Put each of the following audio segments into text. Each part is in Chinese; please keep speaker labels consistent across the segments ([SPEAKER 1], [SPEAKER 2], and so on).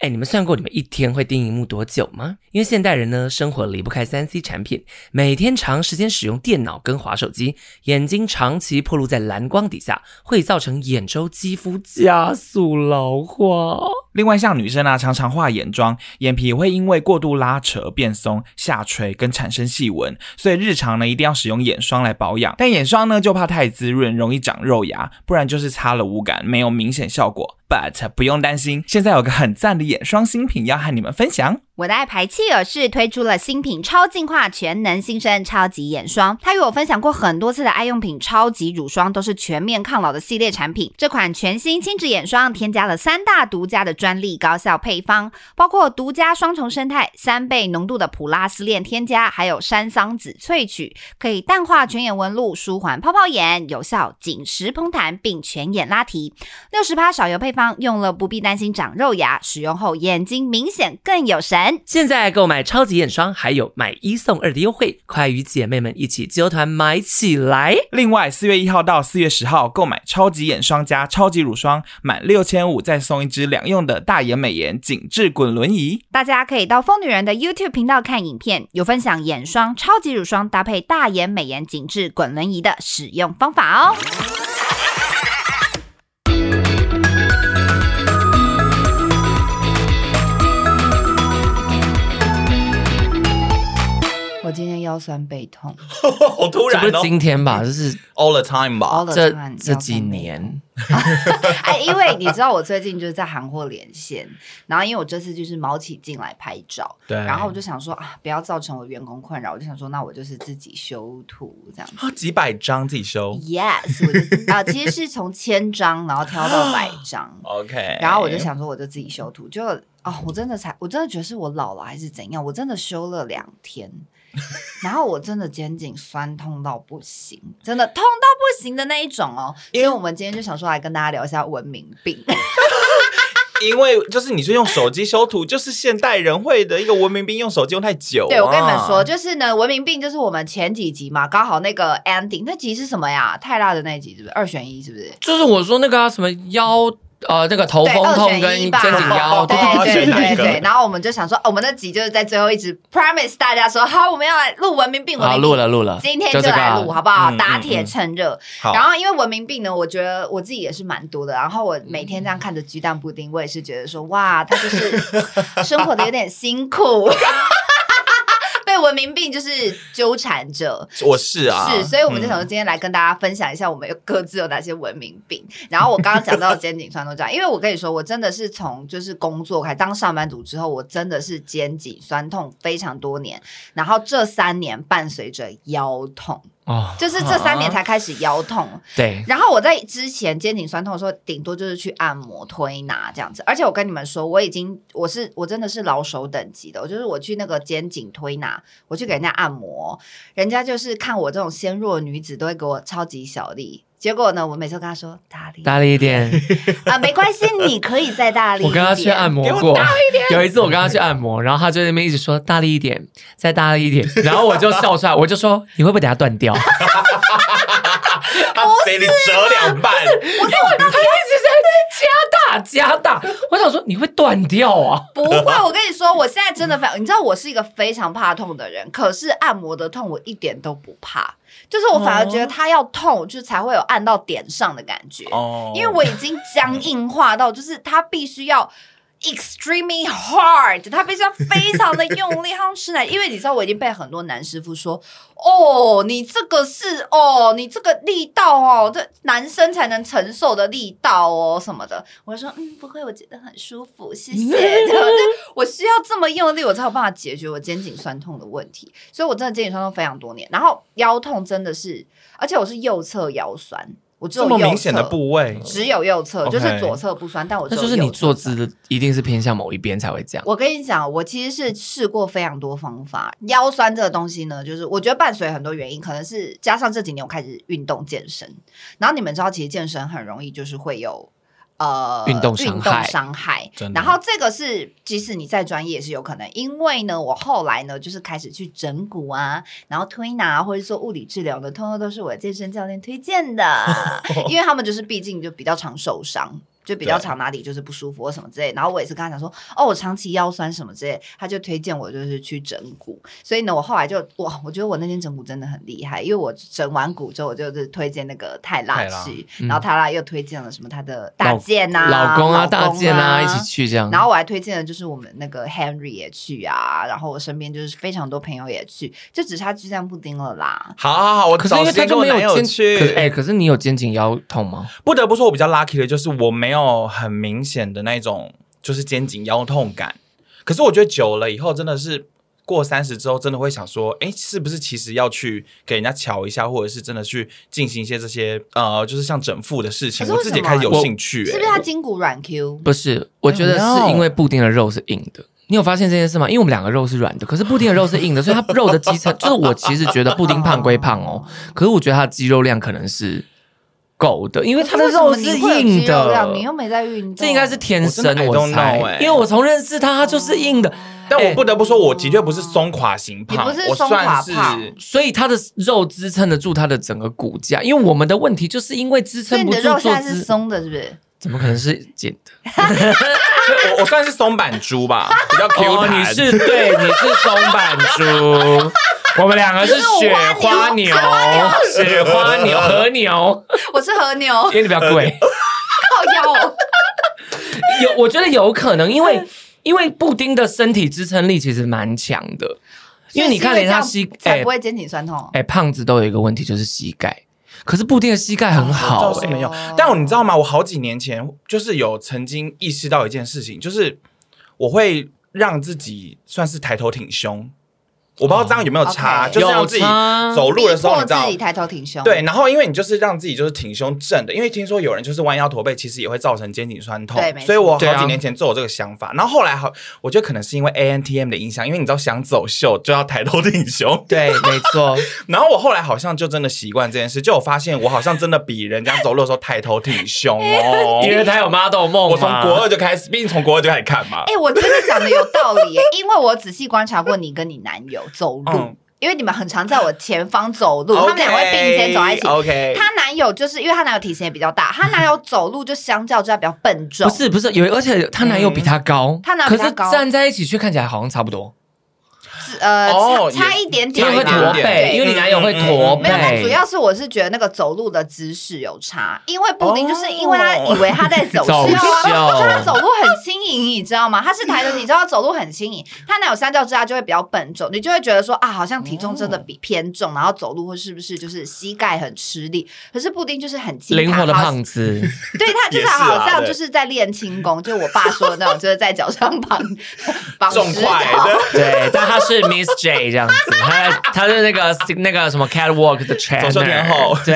[SPEAKER 1] 哎，你们算过你们一天会盯荧幕多久吗？因为现代人呢，生活离不开三 C 产品，每天长时间使用电脑跟滑手机，眼睛长期暴露在蓝光底下，会造成眼周肌肤加速老化。
[SPEAKER 2] 另外，像女生啊，常常化眼妆，眼皮会因为过度拉扯变松、下垂跟产生细纹，所以日常呢一定要使用眼霜来保养。但眼霜呢就怕太滋润，容易长肉芽，不然就是擦了无感，没有明显效果。But 不用担心，现在有个很赞的眼霜新品要和你们分享。
[SPEAKER 3] 我的爱牌契尔氏推出了新品超净化全能新生超级眼霜，它与我分享过很多次的爱用品超级乳霜都是全面抗老的系列产品。这款全新亲子眼霜添加了三大独家的专利高效配方，包括独家双重生态、三倍浓度的普拉斯链添加，还有山桑子萃取，可以淡化全眼纹路、舒缓泡泡眼，有效紧实蓬弹并全眼拉提。六十趴少油配方用了不必担心长肉芽，使用后眼睛明显更有神。
[SPEAKER 1] 现在购买超级眼霜还有买一送二的优惠，快与姐妹们一起揪团买起来！
[SPEAKER 2] 另外，四月一号到四月十号购买超级眼霜加超级乳霜，满六千五再送一支两用的大眼美颜紧致滚轮仪。
[SPEAKER 3] 大家可以到疯女人的 YouTube 频道看影片，有分享眼霜、超级乳霜搭配大眼美颜紧致滚轮仪的使用方法哦。我今天腰酸背痛
[SPEAKER 2] 哦好突
[SPEAKER 1] 这不是今天吧？就是
[SPEAKER 2] ，all the time 吧？
[SPEAKER 3] ，all the
[SPEAKER 1] 这
[SPEAKER 3] time，
[SPEAKER 1] 这
[SPEAKER 3] 腰酸
[SPEAKER 1] 几
[SPEAKER 3] 背痛
[SPEAKER 1] 年，
[SPEAKER 3] 哎，因为你知道我最近就是在韩货连线，然后因为我这次就是毛起进来拍照，
[SPEAKER 2] 对
[SPEAKER 3] 然后我就想说啊，不要造成我员工困扰，我就想说，那我就是自己修图这样子。
[SPEAKER 2] 啊，几百张自己收，
[SPEAKER 3] Yes，我就啊、其实是从千张然后挑到百张
[SPEAKER 2] ，OK。
[SPEAKER 3] 然后我就，想说我就自己修图，就啊、我真的才我真的觉得是我老了还是怎样，我真的修了两天。然后我真的肩颈酸痛到不行，真的痛到不行的那一种哦。所以我们今天就想说来跟大家聊一下文明病。
[SPEAKER 2] 因为就是你是用手机修图，就是现代人会的一个文明病，用手机用太久、啊。
[SPEAKER 3] 对，我跟你们说，，就是呢，文明病就是我们前几集嘛，刚好那个 ending 那集是什么呀？泰拉的那集是不是二选一？是不是？
[SPEAKER 4] 就是我说那个、啊、什么腰呃那个头
[SPEAKER 3] 对，
[SPEAKER 4] 风
[SPEAKER 3] 二
[SPEAKER 4] 痛
[SPEAKER 3] 选
[SPEAKER 4] 跟
[SPEAKER 3] 一
[SPEAKER 4] 肩
[SPEAKER 3] 吧
[SPEAKER 4] 颈腰，
[SPEAKER 3] 对
[SPEAKER 2] 哦
[SPEAKER 3] 对
[SPEAKER 2] 选哪
[SPEAKER 3] 对
[SPEAKER 2] 一个
[SPEAKER 3] 对。然后我们就想说，哦我们那集就是在最后一直 promise 大家说，好，我们要来录文明病，文
[SPEAKER 4] 好
[SPEAKER 3] 明
[SPEAKER 4] 录
[SPEAKER 3] 病。
[SPEAKER 4] 了录了，
[SPEAKER 3] 今天
[SPEAKER 4] 就
[SPEAKER 3] 就
[SPEAKER 4] 这个
[SPEAKER 3] 来
[SPEAKER 4] 啊
[SPEAKER 3] 录好不好？
[SPEAKER 2] 嗯嗯
[SPEAKER 3] 打铁趁热。
[SPEAKER 2] 好，
[SPEAKER 3] 然后因为文明病呢，我觉得我自己也是蛮多的。然后我每天这样看着鸡蛋布丁，我也是觉得说，哇，他就是 生活的有点辛苦，被文明病就是纠缠着。
[SPEAKER 2] 我是啊，
[SPEAKER 3] 是，所以我们就想
[SPEAKER 2] 嗯
[SPEAKER 3] 说，今天来跟大家分享一下我们有各自有哪些文明病。然后我刚刚讲到肩颈酸痛这样，因为我跟你说，我真的是从就是工作开始当上班族之后，我真的是肩颈酸痛非常多年，然后这三年伴随着腰痛，
[SPEAKER 4] 哦，
[SPEAKER 3] 就是这
[SPEAKER 2] 啊
[SPEAKER 3] 三年才开始腰痛。
[SPEAKER 4] 对，
[SPEAKER 3] 然后我在之前肩颈酸痛的时候，顶多就是去按摩、推拿这样子。而且我跟你们说，我已经我是我真的是老手等级的，我就是我去那个肩颈推拿，我去给人家按摩，人家就是看我这种纤弱的女子，都会给我超级小力。结果呢，我每次都跟他说大力
[SPEAKER 4] 大力一点。
[SPEAKER 3] 啊，没关系，你可以再大力一
[SPEAKER 4] 我
[SPEAKER 3] 点。
[SPEAKER 4] 跟他去按摩过，有一次我跟他去按摩，然后他就在那边一直说大力一点，再大力一 点，然后我就笑出来，我就说你会不会等下断掉？
[SPEAKER 2] 嗯他嘴里折两半，
[SPEAKER 3] 哦不是我当
[SPEAKER 4] 加大加大，我想说你会断掉啊！
[SPEAKER 3] 不会，我跟你说，我现在真的非常，你知道我是一个非常怕痛的人，可是按摩的痛我一点都不怕，就是我反而
[SPEAKER 4] 哦
[SPEAKER 3] 觉得它要痛，就才会有按到点上的感觉，
[SPEAKER 2] 哦
[SPEAKER 3] 因为我已经僵硬化到，就是它必须要。extremely hard，它必须要非常的用力，他们吃奶，因为你知道我已经被很多男师傅说，哦，你这个是哦，你这个力道哦，这男生才能承受的力道哦，什么的。我就说，嗯，不会，我觉得很舒服，谢谢。这样就我需要这么用力，我才有办法解决我肩颈酸痛的问题。所以我真的肩颈酸痛非常多年，然后腰痛真的是，而且我是右侧腰酸，我只有
[SPEAKER 2] 这么
[SPEAKER 3] 右
[SPEAKER 2] 明显的
[SPEAKER 3] 侧
[SPEAKER 2] 部位，
[SPEAKER 3] 只有右侧，
[SPEAKER 2] OK
[SPEAKER 3] 就是左侧不酸，但我只
[SPEAKER 4] 那
[SPEAKER 3] 有
[SPEAKER 4] 就是你
[SPEAKER 3] 右侧
[SPEAKER 4] 坐
[SPEAKER 3] 酸
[SPEAKER 4] 姿的一定是偏向某一边才会这样。
[SPEAKER 3] 我跟你讲，我其实是试过非常多方法。腰酸这个东西呢，就是我觉得伴随很多原因，可能是加上这几年我开始运动健身，然后你们知道，其实健身很容易就是会有。呃，
[SPEAKER 4] 运动伤害
[SPEAKER 3] 运动伤害
[SPEAKER 2] 真，的
[SPEAKER 3] 然后这个是即使你再专业也是有可能，因为呢，我后来呢就是开始去整骨啊，然后推拿或者做物理治 疗呢，通通都是我健身教练推荐的，因为他们就是毕竟就比较常受伤，就比较
[SPEAKER 2] 对
[SPEAKER 3] 常哪里就是不舒服或什么之类。然后我也是跟他讲说，哦，我长期腰酸什么之类，他就推荐我就是去整骨。所以呢，我后来就哇，我觉得我那天整骨真的很厉害，因为我整完骨之后，我就是推荐那个泰拉
[SPEAKER 2] 泰拉
[SPEAKER 3] 去，
[SPEAKER 4] 嗯
[SPEAKER 3] 然后泰拉又推荐了什么他的大件呐、
[SPEAKER 4] 老公啊，
[SPEAKER 3] 啊、
[SPEAKER 4] 大健啊，一起。去这样。
[SPEAKER 3] 然后我还推荐了，就是我们那个 Henry 也去啊，然后我身边就是非常多朋友也去，就只差居酱布丁了啦。
[SPEAKER 2] 好好好，我
[SPEAKER 4] 可是因为
[SPEAKER 2] 找时
[SPEAKER 4] 他
[SPEAKER 2] 间跟
[SPEAKER 4] 就
[SPEAKER 2] 我
[SPEAKER 4] 没
[SPEAKER 2] 男友
[SPEAKER 4] 肩，
[SPEAKER 2] 去。
[SPEAKER 4] 可是哎、可是你有肩颈腰痛吗？
[SPEAKER 2] 不得不说，我比较 lucky 的就是我没有很明显的那种就是肩颈腰痛感。可是我觉得久了以后，真的是过三十之后，真的会想说，哎，是不是其实要去给人家瞧一下，或者是真的去进行一些这些呃，就是像整复的事情，
[SPEAKER 3] 可是为
[SPEAKER 2] 我
[SPEAKER 3] 什
[SPEAKER 2] 自
[SPEAKER 3] 么
[SPEAKER 2] 己开始有兴趣、
[SPEAKER 4] 哎
[SPEAKER 3] 是不是
[SPEAKER 2] 诶
[SPEAKER 3] 他筋骨软 Q？
[SPEAKER 4] 不是，我觉得是因为布丁的肉是硬的。你有发现这件事吗？因为我们两个肉是软的，可是布丁的肉是硬的，所以它肉的基层就是我其实觉得布丁胖归胖哦，可是我觉得它的肌肉量可能是够的，因为它的
[SPEAKER 3] 为什么
[SPEAKER 4] 肉
[SPEAKER 3] 你
[SPEAKER 4] 是
[SPEAKER 3] 会有
[SPEAKER 4] 硬
[SPEAKER 3] 肌肉量
[SPEAKER 4] 的。
[SPEAKER 3] 你又没在运动，
[SPEAKER 4] 这应该是天
[SPEAKER 2] 我
[SPEAKER 4] 生
[SPEAKER 2] 真的 I
[SPEAKER 4] 我
[SPEAKER 2] don't
[SPEAKER 4] 猜
[SPEAKER 2] know，哎
[SPEAKER 4] 因为我从认识它，它就是硬的，
[SPEAKER 2] 但我不得不说，我的确不是松垮型胖，
[SPEAKER 3] 哎你不是
[SPEAKER 2] 我
[SPEAKER 3] 松垮
[SPEAKER 2] 算
[SPEAKER 3] 胖
[SPEAKER 2] 是
[SPEAKER 4] 所以它的肉支撑得住它的整个骨架。因为我们的问题就是因为支
[SPEAKER 3] 所以
[SPEAKER 4] 撑
[SPEAKER 3] 你
[SPEAKER 4] 不
[SPEAKER 3] 的
[SPEAKER 4] 住
[SPEAKER 3] 肉现
[SPEAKER 4] 坐
[SPEAKER 3] 在是
[SPEAKER 4] 姿，
[SPEAKER 3] 松的，是不是？
[SPEAKER 4] 怎么可能是紧的？
[SPEAKER 2] 我我算是松板猪吧，比较 Q
[SPEAKER 4] 哦，
[SPEAKER 2] 弹。
[SPEAKER 4] 你是对，你是松板 猪，我们两个是雪花牛，雪花牛和牛，
[SPEAKER 3] 我是和牛，
[SPEAKER 4] 因为你比较 贵。
[SPEAKER 3] 靠腰哦。
[SPEAKER 4] 有，我觉得有可能，因为因为布丁的身体支撑力其实蛮强的，因为你看连他
[SPEAKER 3] 所以是
[SPEAKER 4] 膝
[SPEAKER 3] 因为这样才
[SPEAKER 4] 哎
[SPEAKER 3] 不会肩颈酸痛。
[SPEAKER 4] 哎，胖子都有一个问题就是膝盖，可是布丁的膝盖很好
[SPEAKER 2] 倒
[SPEAKER 4] 哎、
[SPEAKER 2] 是
[SPEAKER 3] 欸
[SPEAKER 2] 没有
[SPEAKER 3] 哦，
[SPEAKER 2] 但我你知道吗？我好几年前就是有曾经意识到一件事情，就是我会让自己算是抬头挺胸，我不知道这样有没有差，
[SPEAKER 3] 哦 OK
[SPEAKER 2] 就是让自己
[SPEAKER 4] 有差
[SPEAKER 2] 走路的时候，你
[SPEAKER 3] 逼
[SPEAKER 2] 知
[SPEAKER 3] 迫
[SPEAKER 2] 道
[SPEAKER 3] 自己抬头挺胸，
[SPEAKER 2] 对，然后因为你就是让自己就是挺胸正的，因为听说有人就是弯腰驼背，其实也会造成肩颈酸痛
[SPEAKER 3] 对没，错
[SPEAKER 2] 所以我
[SPEAKER 4] 对
[SPEAKER 2] 好
[SPEAKER 4] 啊
[SPEAKER 2] 几年前就有这个想法，然后后来好，我觉得可能是因为 A N T M 的影响，因为你知道想走秀就要抬头挺胸，
[SPEAKER 4] 对，没 错，，
[SPEAKER 2] 然后我后来好像就真的习惯这件事，就我发现我好像真的比人家走路的时候抬头挺胸哦
[SPEAKER 4] 因为他有 model 梦嘛，
[SPEAKER 2] 我从国二就开始，毕竟从国二就开始看嘛
[SPEAKER 3] 哎、。我觉得讲的有道理耶， 因为我仔细观察过你跟你男友走路，
[SPEAKER 2] 嗯
[SPEAKER 3] 因为你们很常在我前方走路，他们两位并肩走在一起。
[SPEAKER 2] OK，
[SPEAKER 3] 她男友就是因为她男友体型也比较大，她男友走路就相较之下比较笨重
[SPEAKER 4] 不，是不是有，而且她男友比她高，
[SPEAKER 3] 她嗯男友
[SPEAKER 4] 可
[SPEAKER 3] 比她
[SPEAKER 4] 是
[SPEAKER 3] 高
[SPEAKER 4] 站在一起却看起来好像差不多。
[SPEAKER 3] 是呃，
[SPEAKER 2] 哦
[SPEAKER 3] 差差
[SPEAKER 2] 也
[SPEAKER 3] 一点
[SPEAKER 4] 因
[SPEAKER 3] 点
[SPEAKER 4] 为会
[SPEAKER 3] 啦，
[SPEAKER 4] 驼
[SPEAKER 2] 一点
[SPEAKER 4] 背，
[SPEAKER 2] 点
[SPEAKER 4] 因为你男友会驼
[SPEAKER 2] 驼
[SPEAKER 3] 嗯没有，那
[SPEAKER 4] 背，
[SPEAKER 3] 主要是我是觉得那个走路的姿势有差，因为布丁就是因为他以为他在 走秀
[SPEAKER 4] 哦走
[SPEAKER 3] 啊，
[SPEAKER 4] 秀
[SPEAKER 3] 所以他走路很轻盈，你知道吗？他是抬着，你知道他走路很 轻盈，他哪有三角之下就会比较笨重，你就会觉得说啊，好像体重真
[SPEAKER 4] 哦
[SPEAKER 3] 的比偏重，然后走路会是不是就是膝盖很吃力？可是布丁就是很轻，
[SPEAKER 4] 灵活的
[SPEAKER 3] 好
[SPEAKER 4] 胖子，
[SPEAKER 3] 对他就是
[SPEAKER 2] 也是啦
[SPEAKER 3] 好像
[SPEAKER 2] 对
[SPEAKER 3] 就是在练轻功，就我爸说的那种，就是在脚上 绑绑
[SPEAKER 2] 重
[SPEAKER 3] 石
[SPEAKER 2] 快
[SPEAKER 3] 头。
[SPEAKER 2] 的。
[SPEAKER 4] 对，但他是 Miss J 这样子，他他是那个那个什么 Catwalk 的 trainer，
[SPEAKER 2] 走秀天后
[SPEAKER 4] 对，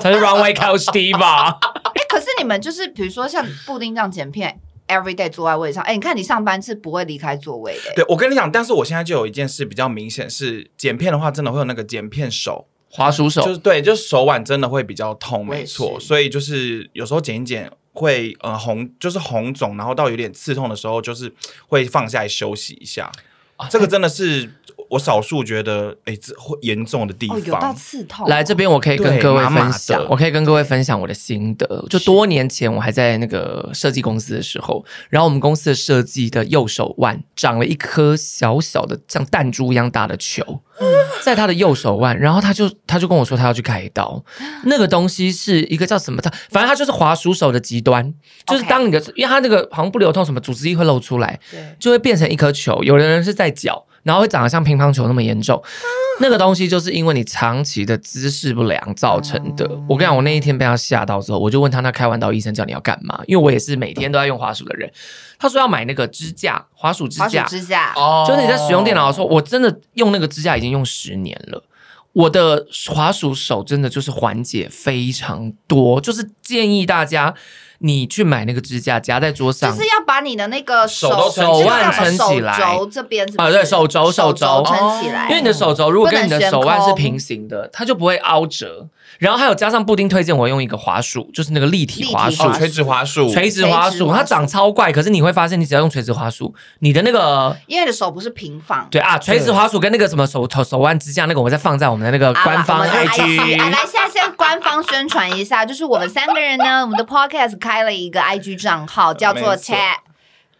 [SPEAKER 4] 他是 Runway Couch Diva，
[SPEAKER 3] 哎、可是你们就是比如说像布丁这样剪片，every day 坐在位上，哎、你看你上班是不会离开座位的、欸
[SPEAKER 2] 对，我跟你讲，但是我现在就有一件事比较明显是，剪片的话真的会有那个剪片手，
[SPEAKER 4] 滑鼠手
[SPEAKER 2] 就，是对，就是手腕真的会比较痛，
[SPEAKER 3] 我也
[SPEAKER 2] 没错。
[SPEAKER 3] 是
[SPEAKER 2] 所以就是有时候剪一剪会呃红，就是红肿，然后到有点刺痛的时候，就是会放下来休息一下。
[SPEAKER 3] 哦
[SPEAKER 2] 这
[SPEAKER 3] 哎
[SPEAKER 2] 个真的是我少数觉得哎，这会严重的地
[SPEAKER 3] 哦，有到
[SPEAKER 2] 方。
[SPEAKER 3] 刺痛、
[SPEAKER 4] 来这。边，我可以跟
[SPEAKER 2] 对
[SPEAKER 4] 各位
[SPEAKER 2] 麻麻
[SPEAKER 4] 分享
[SPEAKER 2] 的，
[SPEAKER 4] 我可以跟各位分享我的心得。就多年前我还在那个设计公司的时候，然后我们公司的设计的右手腕长了一颗小小的像弹珠一样大的球，
[SPEAKER 3] 嗯
[SPEAKER 4] 在他的右手腕，然后他就他就跟我说他要去开刀，那个东西是一个叫什么？它反正它就是滑鼠手的极端，就是
[SPEAKER 3] OK
[SPEAKER 4] 当你的因为它那个好像不流通，什么组织液会露出来，
[SPEAKER 3] 对，
[SPEAKER 4] 就会变成一颗球。有的人是在脚，然后会长得像乒乓球那么严重。那个东西就是因为你长期的姿势不良造成的。我跟你讲，我那一天被他吓到之后，我就问他，那开完刀医生叫你要干嘛？因为我也是每天都在用滑鼠的人，他说要买那个支架，滑鼠支
[SPEAKER 3] 滑鼠
[SPEAKER 4] 架。
[SPEAKER 3] 支架，
[SPEAKER 2] 哦
[SPEAKER 4] 就是你在使用电脑的时候，我真的用那个支架已经用十年了。我的滑鼠手真的就是缓解非常多，就是建议大家你去买那个支架夹在桌
[SPEAKER 3] 就
[SPEAKER 4] 上，
[SPEAKER 3] 是要把你的那个
[SPEAKER 2] 手都撑起
[SPEAKER 4] 手
[SPEAKER 2] 来
[SPEAKER 3] 这个叫什么
[SPEAKER 4] 腕撑起来
[SPEAKER 3] 手肘这边是不是
[SPEAKER 4] 啊对手肘
[SPEAKER 3] 手
[SPEAKER 4] 手肘
[SPEAKER 3] 撑起来，
[SPEAKER 4] 因为你的手肘如果跟你的手腕
[SPEAKER 3] 不能悬
[SPEAKER 4] 是
[SPEAKER 3] 空
[SPEAKER 4] 平行的，它就不会凹折。然后还有加上布丁推荐我用一个滑鼠，就是那个立体滑
[SPEAKER 3] 立体
[SPEAKER 4] 鼠
[SPEAKER 2] 哦，
[SPEAKER 3] 滑鼠，
[SPEAKER 2] 垂直滑鼠，
[SPEAKER 4] 垂直滑
[SPEAKER 3] 垂直
[SPEAKER 4] 鼠，
[SPEAKER 3] 滑鼠
[SPEAKER 4] 它长超怪，可是你会发现，你只要用垂直滑鼠，你的那个。
[SPEAKER 3] 因为你的手不是平放。
[SPEAKER 4] 对啊，垂直滑鼠跟那个什么手手手腕支架那个，我再放在我们的那个
[SPEAKER 3] 啊
[SPEAKER 4] 官方
[SPEAKER 3] 我们就
[SPEAKER 4] IG，、
[SPEAKER 3] 哎呀哎来，现在先官方宣传一下，就是我们三个人呢，我们的 podcast 开了一个 IG 账号，叫做
[SPEAKER 2] 没错
[SPEAKER 3] Chat。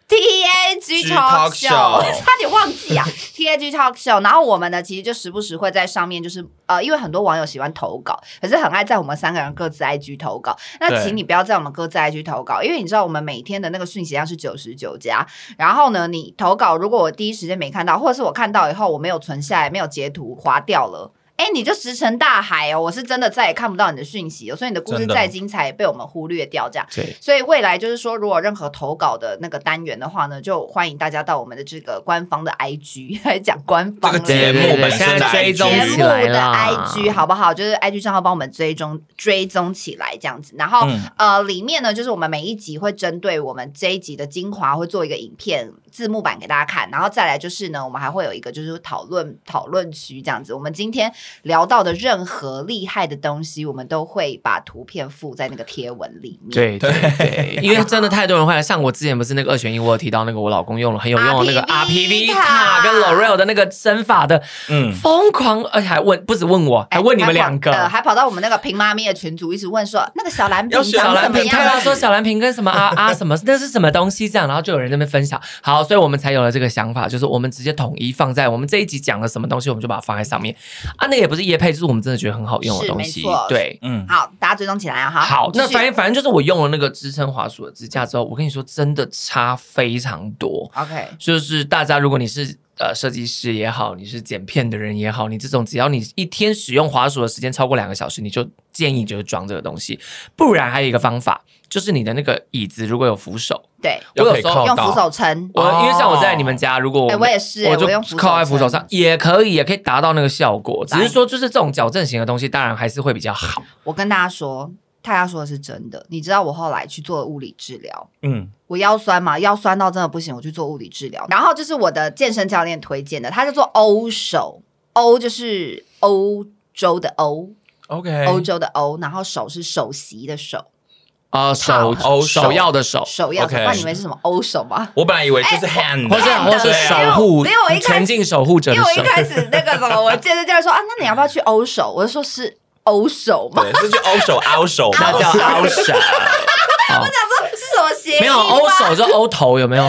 [SPEAKER 3] T A G
[SPEAKER 2] G Talk
[SPEAKER 3] Talk Show，
[SPEAKER 2] Show
[SPEAKER 3] 差点忘记啊！T A G Talk Show，然后我们呢，其实就时不时会在上面，就是呃，因为很多网友喜欢投稿，可是很爱在我们三个人各自 I G 投稿。那
[SPEAKER 2] 对
[SPEAKER 3] 请你不要在我们各自 I G 投稿，因为你知道我们每天的那个讯息量是九十九加，然后呢，你投稿如果我第一时间没看到，或者是我看到以后我没有存下来，没有截图，划掉了。哎，你就石沉大海哦！我是真的再也看不到你的讯息哦，所以你的故事
[SPEAKER 2] 真的
[SPEAKER 3] 再精彩也被我们忽略掉，这样。
[SPEAKER 4] 对，
[SPEAKER 3] 所以未来就是说，如果有任何投稿的那个单元的话呢，就欢迎大家到我们的这个官方的 IG 来讲官方
[SPEAKER 2] 这
[SPEAKER 3] 了
[SPEAKER 2] 个节目本身
[SPEAKER 4] 对对对对现
[SPEAKER 2] 的
[SPEAKER 4] 在追
[SPEAKER 2] IG
[SPEAKER 4] 踪
[SPEAKER 3] 节
[SPEAKER 4] 起
[SPEAKER 3] 目
[SPEAKER 4] 来
[SPEAKER 3] 的
[SPEAKER 4] 啦
[SPEAKER 3] IG 好不好？就是 IG 账号帮我们追踪追踪起来这样子，然后、
[SPEAKER 2] 嗯
[SPEAKER 3] 呃，里面呢就是我们每一集会针对我们这一集的精华会做一个影片字幕版给大家看，然后再来就是呢，我们还会有一个就是讨论讨论区这样子，我们今天聊到的任何厉害的东西，我们都会把图片附在那个贴文里面。
[SPEAKER 4] 对对对，因为真的太多人会来，像我之前不是那个二选一，我有提到那个我老公用了很有用的那个
[SPEAKER 3] RPV
[SPEAKER 4] RPV
[SPEAKER 3] 卡
[SPEAKER 4] 卡跟 L'Oreal 的那个生发的，
[SPEAKER 2] 嗯
[SPEAKER 4] 疯狂，而且还问不止问我，
[SPEAKER 3] 哎
[SPEAKER 4] 还问你们
[SPEAKER 3] 跑
[SPEAKER 4] 两个。
[SPEAKER 3] 呃，还跑到我们那个平妈咪的群组，一直问说那个小蓝瓶
[SPEAKER 2] 要选
[SPEAKER 3] 长
[SPEAKER 4] 小
[SPEAKER 3] 什
[SPEAKER 4] 蓝
[SPEAKER 3] 么
[SPEAKER 4] 瓶，他
[SPEAKER 3] 样
[SPEAKER 4] 跟他说小蓝瓶跟什么啊啊什么，那是什么东西这样，然后就有人在那边分享。好，所以我们才有了这个想法，就是我们直接统一放在我们这一集讲了什么东西，我们就把它放在上面。啊，那也不是叶配，就是我们真的觉得很好用的
[SPEAKER 3] 是
[SPEAKER 4] 东
[SPEAKER 3] 没
[SPEAKER 4] 西
[SPEAKER 3] 错。
[SPEAKER 4] 对，
[SPEAKER 2] 嗯，
[SPEAKER 3] 好，大家追踪起来啊！哈，
[SPEAKER 4] 好，那
[SPEAKER 3] 继续
[SPEAKER 4] 反正反正就是我用了那个支撑滑鼠的支架之后，我跟你说，真的差非常多。
[SPEAKER 3] OK，
[SPEAKER 4] 就是大家，如果你是呃设计师也好，你是剪片的人也好，你这种只要你一天使用滑鼠的时间超过两个小时，你就建议就是装这个东西。不然还有一个方法，就是你的那个椅子如果有扶手，
[SPEAKER 3] 对，
[SPEAKER 4] 我有时
[SPEAKER 2] 要可以靠
[SPEAKER 4] 候
[SPEAKER 3] 用扶手撑。
[SPEAKER 4] 我
[SPEAKER 2] 哦
[SPEAKER 4] 因为像我在你们家，如果我
[SPEAKER 3] 哎，我也是，哎
[SPEAKER 4] 我
[SPEAKER 3] 用扶
[SPEAKER 4] 就
[SPEAKER 3] 手
[SPEAKER 4] 靠在扶手
[SPEAKER 3] 撑
[SPEAKER 4] 上。也可以，也可以达到那个效果。只
[SPEAKER 3] 来
[SPEAKER 4] 是说，就是这种矫正型的东西，当然还是会比较好。
[SPEAKER 3] 我跟大家说，大家说的是真的。你知道我后来去做了物理治疗，
[SPEAKER 2] 嗯，
[SPEAKER 3] 我腰酸嘛，腰酸到真的不行，我去做物理治疗。然后就是我的健身教练推荐的，他叫做欧手，欧就是欧洲的欧，
[SPEAKER 4] 哦
[SPEAKER 2] ，OK，
[SPEAKER 4] 哎
[SPEAKER 3] 欧洲的欧，然后手是首席的手，
[SPEAKER 4] 啊，手
[SPEAKER 2] 哦
[SPEAKER 4] 手要的手，
[SPEAKER 3] 手要手。
[SPEAKER 2] OK
[SPEAKER 3] 那你们是什么欧手吗？
[SPEAKER 2] 我本来以为就是 hand，
[SPEAKER 4] 或是
[SPEAKER 3] 哎
[SPEAKER 4] 或是
[SPEAKER 2] 对
[SPEAKER 4] 守
[SPEAKER 2] 啊
[SPEAKER 4] 护
[SPEAKER 3] 因为我一开始
[SPEAKER 4] 前进守护者
[SPEAKER 3] 因
[SPEAKER 4] 的
[SPEAKER 3] 为我一
[SPEAKER 4] 手。
[SPEAKER 3] 开始那个什么，我健身教练说啊，那你要不要去欧手？我就说是欧手嘛，
[SPEAKER 2] 对，这就欧手凹手，
[SPEAKER 4] 那叫凹 手，
[SPEAKER 3] 我想说是什么谐音？
[SPEAKER 4] 没有欧手就欧头，有没有？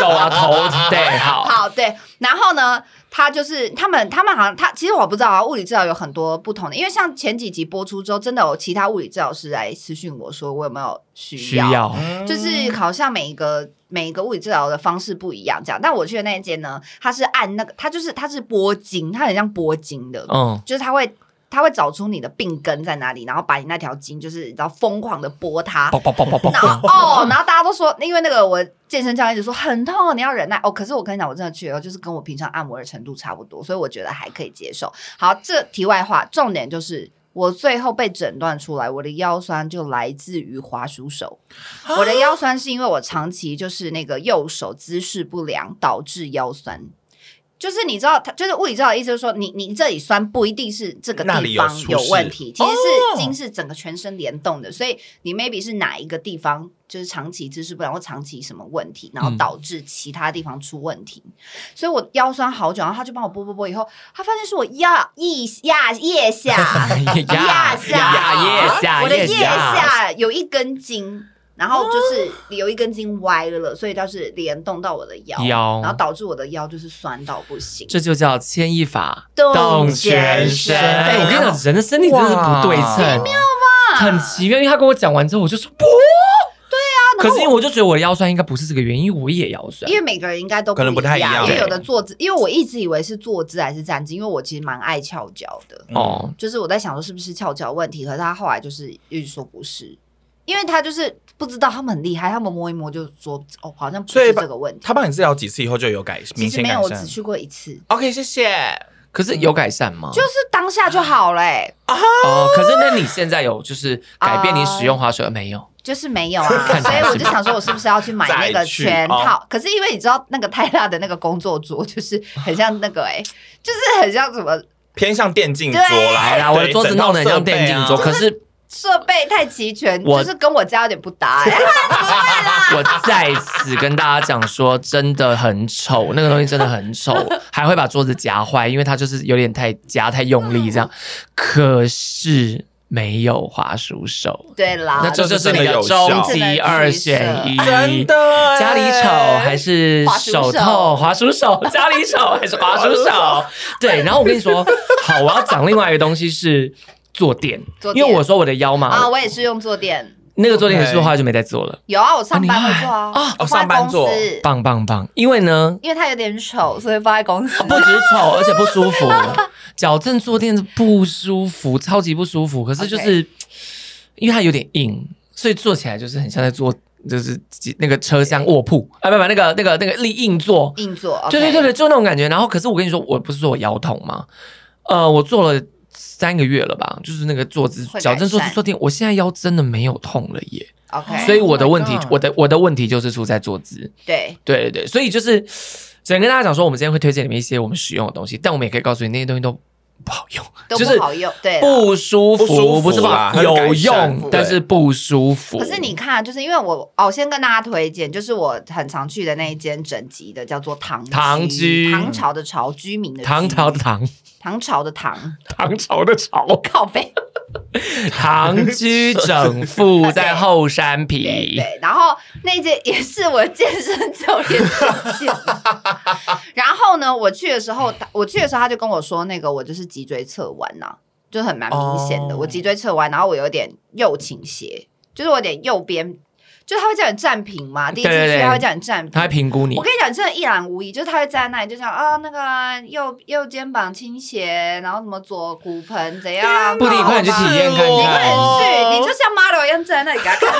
[SPEAKER 4] 手啊头，对，好，
[SPEAKER 3] 好，对，然后呢，他就是他们，他们好像他其实我不知道啊，物理治疗有很多不同的，因为像前几集播出之后，真的有其他物理治疗师来私讯我说我有没有
[SPEAKER 4] 需要
[SPEAKER 3] 就是好像每一个每一个物理治疗的方式不一样，这样。但我去的那一间呢，它是按那个，它就是它是拨筋，它很像拨筋的，
[SPEAKER 4] 嗯，
[SPEAKER 3] 就是它会它会找出你的病根在哪里，然后把你那条筋就是然后疯狂的拨它，
[SPEAKER 4] 爆爆爆爆爆
[SPEAKER 3] 然 后哦，然后大家都说，因为那个我健身教练就说很痛，你要忍耐哦。可是我跟你讲，我真的去了，就是跟我平常按摩的程度差不多，所以我觉得还可以接受。好，这题外话，重点就是我最后被诊断出来，我的腰酸就来自于滑鼠手。
[SPEAKER 2] 啊
[SPEAKER 3] 我的腰酸是因为我长期就是那个右手姿势不良导致腰酸。就是你知道，它就是物理治疗的意思，就是说你你这里酸不一定是这个
[SPEAKER 2] 那
[SPEAKER 3] 地
[SPEAKER 2] 里有
[SPEAKER 3] 方
[SPEAKER 2] 出
[SPEAKER 3] 有问
[SPEAKER 2] 事哦
[SPEAKER 3] 题，其实是筋是整个全身联动的，所以你 maybe 是哪一个地方就是长期姿势不良或长期什么问题，然后
[SPEAKER 4] 嗯
[SPEAKER 3] 导致其他地方出问题。所以我腰酸好久，然后他就帮我拨拨拨，以后他发现是我压腋压腋下
[SPEAKER 4] 压
[SPEAKER 3] 下
[SPEAKER 4] 腋下，
[SPEAKER 3] 我的腋
[SPEAKER 4] 腋
[SPEAKER 3] 下有一根筋。然后就是有一根筋歪了，所以它是联动到我的腰，
[SPEAKER 4] 腰
[SPEAKER 3] 然后导致我的腰就是酸到不行。
[SPEAKER 4] 这就叫牵一发
[SPEAKER 3] 动
[SPEAKER 2] 全身
[SPEAKER 4] 哎，我跟你讲，人的身体真的是不对称，很奇妙。因为他跟我讲完之后，我就说不，对啊。可是因为我就觉得我的腰酸应该不是这个原因，因为我也腰酸
[SPEAKER 3] 因。为每个人应该都
[SPEAKER 2] 可能不太
[SPEAKER 3] 一
[SPEAKER 2] 一样
[SPEAKER 3] 因为
[SPEAKER 4] 对
[SPEAKER 3] 有的坐姿，因为我一直以为是坐姿还是站姿，因为我其实蛮爱翘脚的，
[SPEAKER 4] 哦，
[SPEAKER 3] 就是我在想说是不是翘脚问题，可是他后来就是一直说不是，因为他就是不知道他们很厉害，他们摸一摸就说哦好像不
[SPEAKER 2] 所以
[SPEAKER 3] 是
[SPEAKER 2] 吧
[SPEAKER 3] 这个问题，
[SPEAKER 2] 他帮你治疗几次以后就有改，
[SPEAKER 3] 其
[SPEAKER 2] 明
[SPEAKER 3] 实
[SPEAKER 2] 显
[SPEAKER 3] 没
[SPEAKER 2] 改
[SPEAKER 3] 有，我
[SPEAKER 2] 善
[SPEAKER 3] 只。去过一次，
[SPEAKER 2] OK，谢谢。
[SPEAKER 4] 可是有改善吗？
[SPEAKER 3] 就是当下就好了、欸，
[SPEAKER 4] 哦，可是那你现在有就是改变你使用滑水没有？
[SPEAKER 3] 就是没 有啊，
[SPEAKER 4] 看起
[SPEAKER 3] 所以
[SPEAKER 4] 来
[SPEAKER 3] 我
[SPEAKER 4] 是
[SPEAKER 3] 就想说，我是不是要去买那个
[SPEAKER 2] 再去哦
[SPEAKER 3] 全套？可是因为你知道那个泰拉的那个工作桌，就是很像那个哎、欸就是很像什么
[SPEAKER 2] 偏向电竞桌啦。
[SPEAKER 4] 来啦，我的
[SPEAKER 2] 哎对
[SPEAKER 4] 桌子弄得很像电竞桌，。
[SPEAKER 2] 整套设备啊
[SPEAKER 4] 可是
[SPEAKER 3] 设备太齐全，
[SPEAKER 4] 我
[SPEAKER 3] 就是跟我家有点不搭、 欸。
[SPEAKER 4] 我在此跟大家讲说，真的很丑，那个东西真的很 丑，还会把桌子夹坏，因为它就是有点太夹太用力这样。可是没有滑鼠手。
[SPEAKER 3] 对啦，
[SPEAKER 4] 那啊这就是你的终极二选一，
[SPEAKER 2] 真的哎
[SPEAKER 4] 家里丑还是手痛？滑鼠手， 家里丑还是滑鼠手？对，然后我跟你说，好，我要讲另外一个东西是坐垫
[SPEAKER 3] 坐，
[SPEAKER 4] 因
[SPEAKER 3] 垫
[SPEAKER 4] 为我说我的腰
[SPEAKER 3] 啊，
[SPEAKER 4] 嘛，
[SPEAKER 3] 我也是用坐垫，
[SPEAKER 4] 那个坐垫的后来就没再做了。
[SPEAKER 3] 有啊，我上班会做啊，
[SPEAKER 2] 哦
[SPEAKER 3] 放
[SPEAKER 2] 上
[SPEAKER 3] 在
[SPEAKER 2] 班
[SPEAKER 3] 公
[SPEAKER 2] 做
[SPEAKER 3] 司，
[SPEAKER 4] 棒棒棒！因为呢，
[SPEAKER 3] 因为它有点丑，所以放在公司。
[SPEAKER 4] 不止丑，而且不舒服，矫正坐垫不舒服，超级不舒服。可是就是因为它有点硬，所以坐起来就是很像在坐，就是那个车厢卧铺啊，不不，那个那个那个立硬座，
[SPEAKER 3] 硬座，
[SPEAKER 4] 对对对对，就那种感觉。然后，可是我跟你说，我不是说我腰痛吗？呃，我做了三个月了吧，就是那个坐姿
[SPEAKER 3] 会改
[SPEAKER 4] 矫正坐姿
[SPEAKER 3] 善
[SPEAKER 4] 坐垫，我现在腰真的没有痛了耶。
[SPEAKER 3] ，OK，
[SPEAKER 4] 所以我的
[SPEAKER 2] Oh my
[SPEAKER 4] 问题
[SPEAKER 2] God，
[SPEAKER 4] 我的我的问题就是出在坐姿。
[SPEAKER 3] 对
[SPEAKER 4] 对对对，所以就是只能跟大家讲说，我们今天会推荐你们一些我们使用的东西，但我们也可以告诉你那些东西都不好用，
[SPEAKER 3] 都
[SPEAKER 4] 就是
[SPEAKER 3] 不好用，对啦。啊
[SPEAKER 4] 不舒服，
[SPEAKER 2] 不舒服
[SPEAKER 4] 不是不好
[SPEAKER 2] 啦它是
[SPEAKER 4] 有
[SPEAKER 2] 改善
[SPEAKER 4] 用
[SPEAKER 2] 对，
[SPEAKER 4] 但是不舒服。
[SPEAKER 3] 可是你看，就是因为我哦，先跟大家推荐，就是我很常去的那一间整集的，叫做唐
[SPEAKER 4] 唐
[SPEAKER 3] 居，
[SPEAKER 4] 居
[SPEAKER 3] 唐朝的朝居民的居
[SPEAKER 4] 唐朝的唐，
[SPEAKER 3] 唐朝的唐
[SPEAKER 4] 唐朝的朝，
[SPEAKER 3] 靠背，
[SPEAKER 4] 唐居整 复在后山
[SPEAKER 3] 对
[SPEAKER 4] 皮。
[SPEAKER 3] 对。然后那一间也是我健身教练推荐的。然后呢，我去的时候，我去的时候他就跟我说，那个我就是脊椎侧弯呐、就很蛮明显的，
[SPEAKER 2] 哦
[SPEAKER 3] 我脊椎侧弯，然后我有点右倾斜，就是我有点右边，就是他会叫你站平嘛，第一次
[SPEAKER 4] 对对
[SPEAKER 3] 去
[SPEAKER 4] 对
[SPEAKER 3] 他会叫你站平，
[SPEAKER 4] 他会评估你
[SPEAKER 3] 我，跟你讲，真的，一览无遗，就是他会站在那里，就讲啊，那个右右肩膀倾斜，然后什么左骨盆怎样，
[SPEAKER 4] 啊不
[SPEAKER 3] 然
[SPEAKER 4] 你
[SPEAKER 3] 后哦
[SPEAKER 4] 快点去体验看
[SPEAKER 2] 你快
[SPEAKER 4] 看
[SPEAKER 2] 点。去
[SPEAKER 3] 是，你就像 model 一样站在那里给他看。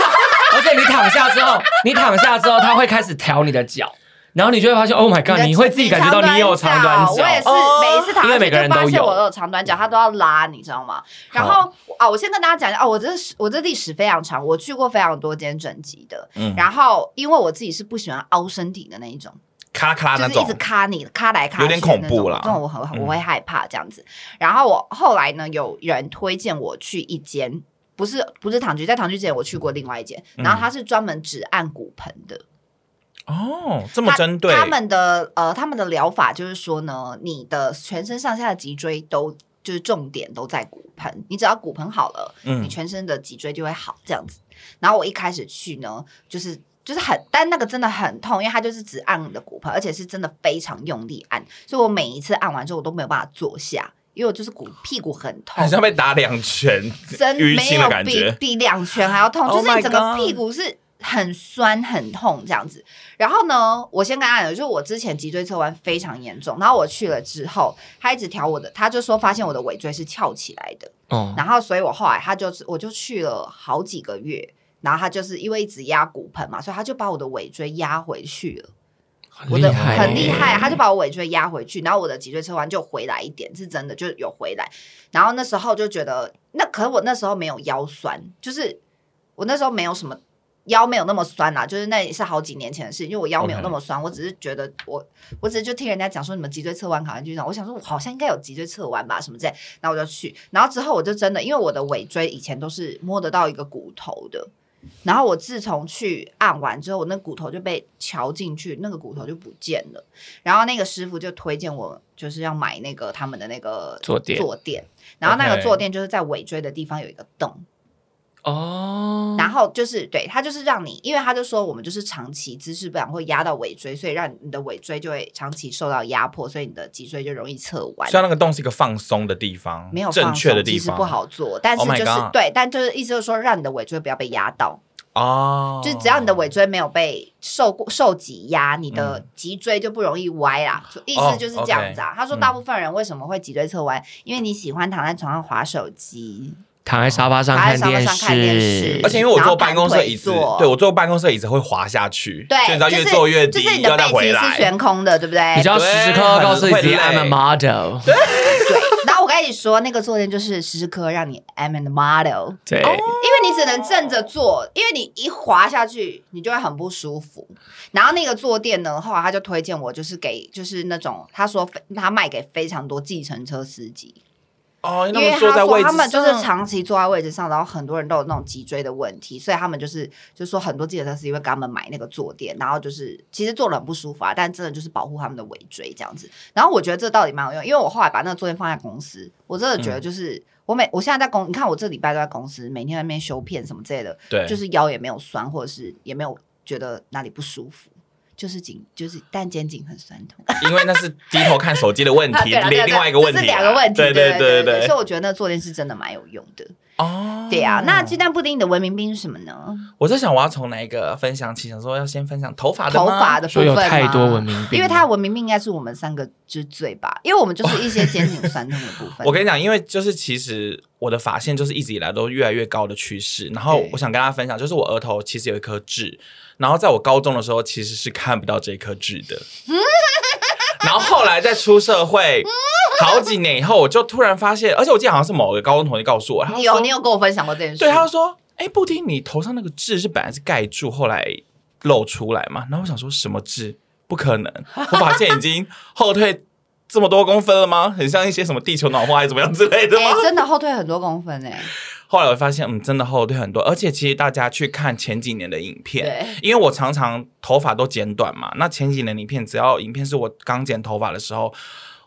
[SPEAKER 4] 而且你躺下之后，你躺下之后，他会开始调你的脚，然后你就会发现，Oh my God，你会自己感觉到你有长短
[SPEAKER 3] 我也
[SPEAKER 4] 脚。哦
[SPEAKER 3] 是每一次躺
[SPEAKER 4] 因为
[SPEAKER 3] 下去
[SPEAKER 4] 每个
[SPEAKER 3] 就
[SPEAKER 4] 人都有
[SPEAKER 3] 发现我有长短脚，他都要拉，你知道吗？然后啊，我先跟大家讲一下，哦，我这我这历史非常长，我去过非常多间整脊的。
[SPEAKER 2] 嗯
[SPEAKER 3] 然后因为我自己是不喜欢凹身体的那一种。
[SPEAKER 2] 咔
[SPEAKER 4] 啊
[SPEAKER 2] 咔那
[SPEAKER 3] 就是一
[SPEAKER 2] 种
[SPEAKER 3] 直，卡你，卡来卡去，
[SPEAKER 2] 有点恐怖啦
[SPEAKER 3] 啦。这种我很
[SPEAKER 4] 嗯
[SPEAKER 3] 我会害怕这样子。然后我后来呢，有人推荐我去一间，不是不是唐居，在唐居之前我去过另外一间，
[SPEAKER 4] 嗯
[SPEAKER 3] 然后它是专门只按骨盆的。
[SPEAKER 2] 哦，这
[SPEAKER 3] 这
[SPEAKER 2] 么针对
[SPEAKER 3] 他们的呃，他们的疗法就是说呢，你的全身上下的脊椎都就是重点都在骨盆，你只要骨盆好了，你
[SPEAKER 2] 嗯，
[SPEAKER 3] 全身的脊椎就会好这样子。然后我一开始去呢，就是就是很，但那个真的很痛，因为它就是只按你的骨盆，而且是真的非常用力按，所以我每一次按完之后我都没有办法坐下，因为我就是骨屁股很痛
[SPEAKER 2] 很，像被打两拳，
[SPEAKER 3] 真
[SPEAKER 2] 淤
[SPEAKER 3] 没
[SPEAKER 2] 青的
[SPEAKER 3] 有
[SPEAKER 2] 感
[SPEAKER 3] 比
[SPEAKER 2] 觉。
[SPEAKER 3] 比两拳还要痛，
[SPEAKER 2] Oh
[SPEAKER 3] 就是你整个
[SPEAKER 2] my God
[SPEAKER 3] 屁股是。很酸很痛这样子，然后呢，我先跟大家讲，就是我之前脊椎侧弯非常严重，然后我去了之后，他一直调我的，他就说发现我的尾椎是翘起来的，
[SPEAKER 4] 哦，
[SPEAKER 2] 嗯
[SPEAKER 3] 然后，所以我后来他就是，我就去了好几个月，然后他就是因为一直压骨盆嘛，所以他就把我的尾椎压回去了。我
[SPEAKER 4] 很
[SPEAKER 3] 的
[SPEAKER 4] 厉害，
[SPEAKER 3] 很厉害，他就把我尾椎压回去，然后我的脊椎侧弯就回来一点，是真的就有回来。然后那时候就觉得，那可是我那时候没有腰酸，就是我那时候没有什么腰没有那么酸啦、就是那也是好几年前的事，因为我腰没有
[SPEAKER 4] OK
[SPEAKER 3] 那么酸我只是觉得我我只是就听人家讲说你们脊椎侧弯好像就这样，我想说我好像应该有脊椎侧弯吧什么之类，然后我就去，然后之后我就真的因为我的尾椎以前都是摸得到一个骨头的，然后我自从去按完之后，我那骨头就被敲进去，那个骨头就不见了。然后那个师傅就推荐我，就是要买那个他们的那个
[SPEAKER 4] 坐垫
[SPEAKER 3] 坐垫。然后那个
[SPEAKER 2] OK
[SPEAKER 3] 坐垫就是在尾椎的地方有一个洞，
[SPEAKER 4] 哦。
[SPEAKER 3] 然后就是对他就是让你，因为他就说我们就是长期姿势不良会压到尾椎，所以让你的尾椎就会长期受到压迫，所以你的脊椎就容易侧弯。
[SPEAKER 2] 虽然那个洞是一个放松的地方，
[SPEAKER 3] 没有
[SPEAKER 2] 正
[SPEAKER 3] 放
[SPEAKER 2] 确的
[SPEAKER 3] 松，
[SPEAKER 2] 地
[SPEAKER 3] 其实
[SPEAKER 2] 方
[SPEAKER 3] 不好做，但是
[SPEAKER 2] Oh
[SPEAKER 3] 就
[SPEAKER 2] my
[SPEAKER 3] 是、
[SPEAKER 2] God
[SPEAKER 3] 对，但就是意思就是说，让你的尾椎不要被压到，
[SPEAKER 2] 哦，嗯
[SPEAKER 3] 就是只要你的尾椎没有被受过受挤压，你的脊椎就不容易歪啦。就意
[SPEAKER 2] 哦
[SPEAKER 3] 思就是这样子啊。
[SPEAKER 2] 嗯
[SPEAKER 3] 他说，大部分人为什么会脊椎侧弯，因为你喜欢躺在床上划手机，
[SPEAKER 4] 躺在沙发上
[SPEAKER 3] 躺
[SPEAKER 4] 看
[SPEAKER 3] 在沙发
[SPEAKER 4] 电
[SPEAKER 3] 上看电视
[SPEAKER 4] 视，
[SPEAKER 2] 而且因为我
[SPEAKER 3] 然后
[SPEAKER 2] 坐
[SPEAKER 3] 盘
[SPEAKER 2] 办公室椅子
[SPEAKER 3] 腿坐，
[SPEAKER 2] 对我坐办公室椅子会滑下去，
[SPEAKER 3] 对，
[SPEAKER 2] 就你知道
[SPEAKER 3] 就
[SPEAKER 2] 越
[SPEAKER 3] 是
[SPEAKER 2] 坐越低，
[SPEAKER 3] 就是你
[SPEAKER 2] 要
[SPEAKER 3] 的
[SPEAKER 2] 再
[SPEAKER 3] 背
[SPEAKER 2] 回
[SPEAKER 3] 脊是
[SPEAKER 2] 来。
[SPEAKER 3] 悬空的，对不对？
[SPEAKER 4] 你就要时时刻刻告诉你自己
[SPEAKER 2] 对
[SPEAKER 4] I'm a
[SPEAKER 2] 很
[SPEAKER 4] model。
[SPEAKER 3] 然后我跟你说，那个坐垫就是时时刻刻让你 I'm an model，
[SPEAKER 4] 对，
[SPEAKER 2] 哦
[SPEAKER 3] 因为你只能正着坐，因为你一滑下去，你就会很不舒服。然后那个坐垫呢，后来他就推荐我，就是给就是那种他说非他卖给非常多计程车司机，
[SPEAKER 2] 哦，
[SPEAKER 3] 因
[SPEAKER 2] 那
[SPEAKER 3] 为
[SPEAKER 2] 么
[SPEAKER 3] 他
[SPEAKER 2] 坐在
[SPEAKER 3] 说
[SPEAKER 2] 位置
[SPEAKER 3] 他们就是
[SPEAKER 2] 上
[SPEAKER 3] 长期坐在位置上，然后很多人都有那种脊椎的问题，所以他们就是就说很多计程车司机会给他们买那个坐垫，然后就是其实坐的很不舒服啊，但真的就是保护他们的
[SPEAKER 2] 嗯
[SPEAKER 3] 尾椎这样子。然后我觉得这到底蛮有用，因为我后来把那个坐垫放在公司，我真的觉得就是。我每我现在在公，你看我这礼拜都在公司，每天在那边修片什么之类的，
[SPEAKER 2] 对，
[SPEAKER 3] 就是腰也没有酸，或者是也没有觉得哪里不舒服，就是颈就是但肩颈很酸痛。
[SPEAKER 2] 因为那是低头看手机的问 题，
[SPEAKER 3] 对啦对
[SPEAKER 2] 另
[SPEAKER 3] 啦
[SPEAKER 2] 另外一个问题啊，
[SPEAKER 3] 这是两个问题，
[SPEAKER 2] 对
[SPEAKER 3] 对
[SPEAKER 2] 对
[SPEAKER 3] 对
[SPEAKER 2] 对
[SPEAKER 3] 所以，我觉得那做电视真的蛮有用的。
[SPEAKER 2] 哦
[SPEAKER 3] 对啊，那鸡蛋布丁你的文明病是什么呢？
[SPEAKER 2] 我在想我要从哪一个分享起，想说要先分享头发的
[SPEAKER 3] 头
[SPEAKER 2] 吗
[SPEAKER 3] 发的部
[SPEAKER 4] 说
[SPEAKER 3] 分
[SPEAKER 4] 有
[SPEAKER 3] 吗
[SPEAKER 4] 太多文。明病，
[SPEAKER 3] 因为它的文明病应该是我们三个之最吧，因为我们就是一些肩颈酸痛的部分。
[SPEAKER 2] 我跟你讲，因为就是其实我的发线就是一直以来都越来越高的趋势，然后
[SPEAKER 3] 对
[SPEAKER 2] 我想跟大家分享，就是我额头其实有一颗痣，然后在我高中的时候其实是看不到这颗痣的，
[SPEAKER 3] 嗯
[SPEAKER 2] 然后后来在出社会好几年以后，我就突然发现，而且我记得好像是某个高中同学告诉我，他
[SPEAKER 3] 你
[SPEAKER 2] 说
[SPEAKER 3] 有你有跟我分享过这件事，
[SPEAKER 2] 对，他就说：“哎、布丁，你头上那个痣是本来是盖住，后来露出来嘛？”然后我想说什么痣？不可能，我发现已经后退这么多公分了吗？很像一些什么地球暖化还是怎么样之类的吗
[SPEAKER 3] 哎、？真的后退很多公 分哎、
[SPEAKER 2] 后来我发现，嗯，真的后退很多。而且其实大家去看前几年的影片，
[SPEAKER 3] 对，
[SPEAKER 2] 因为我常常头发都剪短嘛，那前几年的影片，只要影片是我刚剪头发的时候，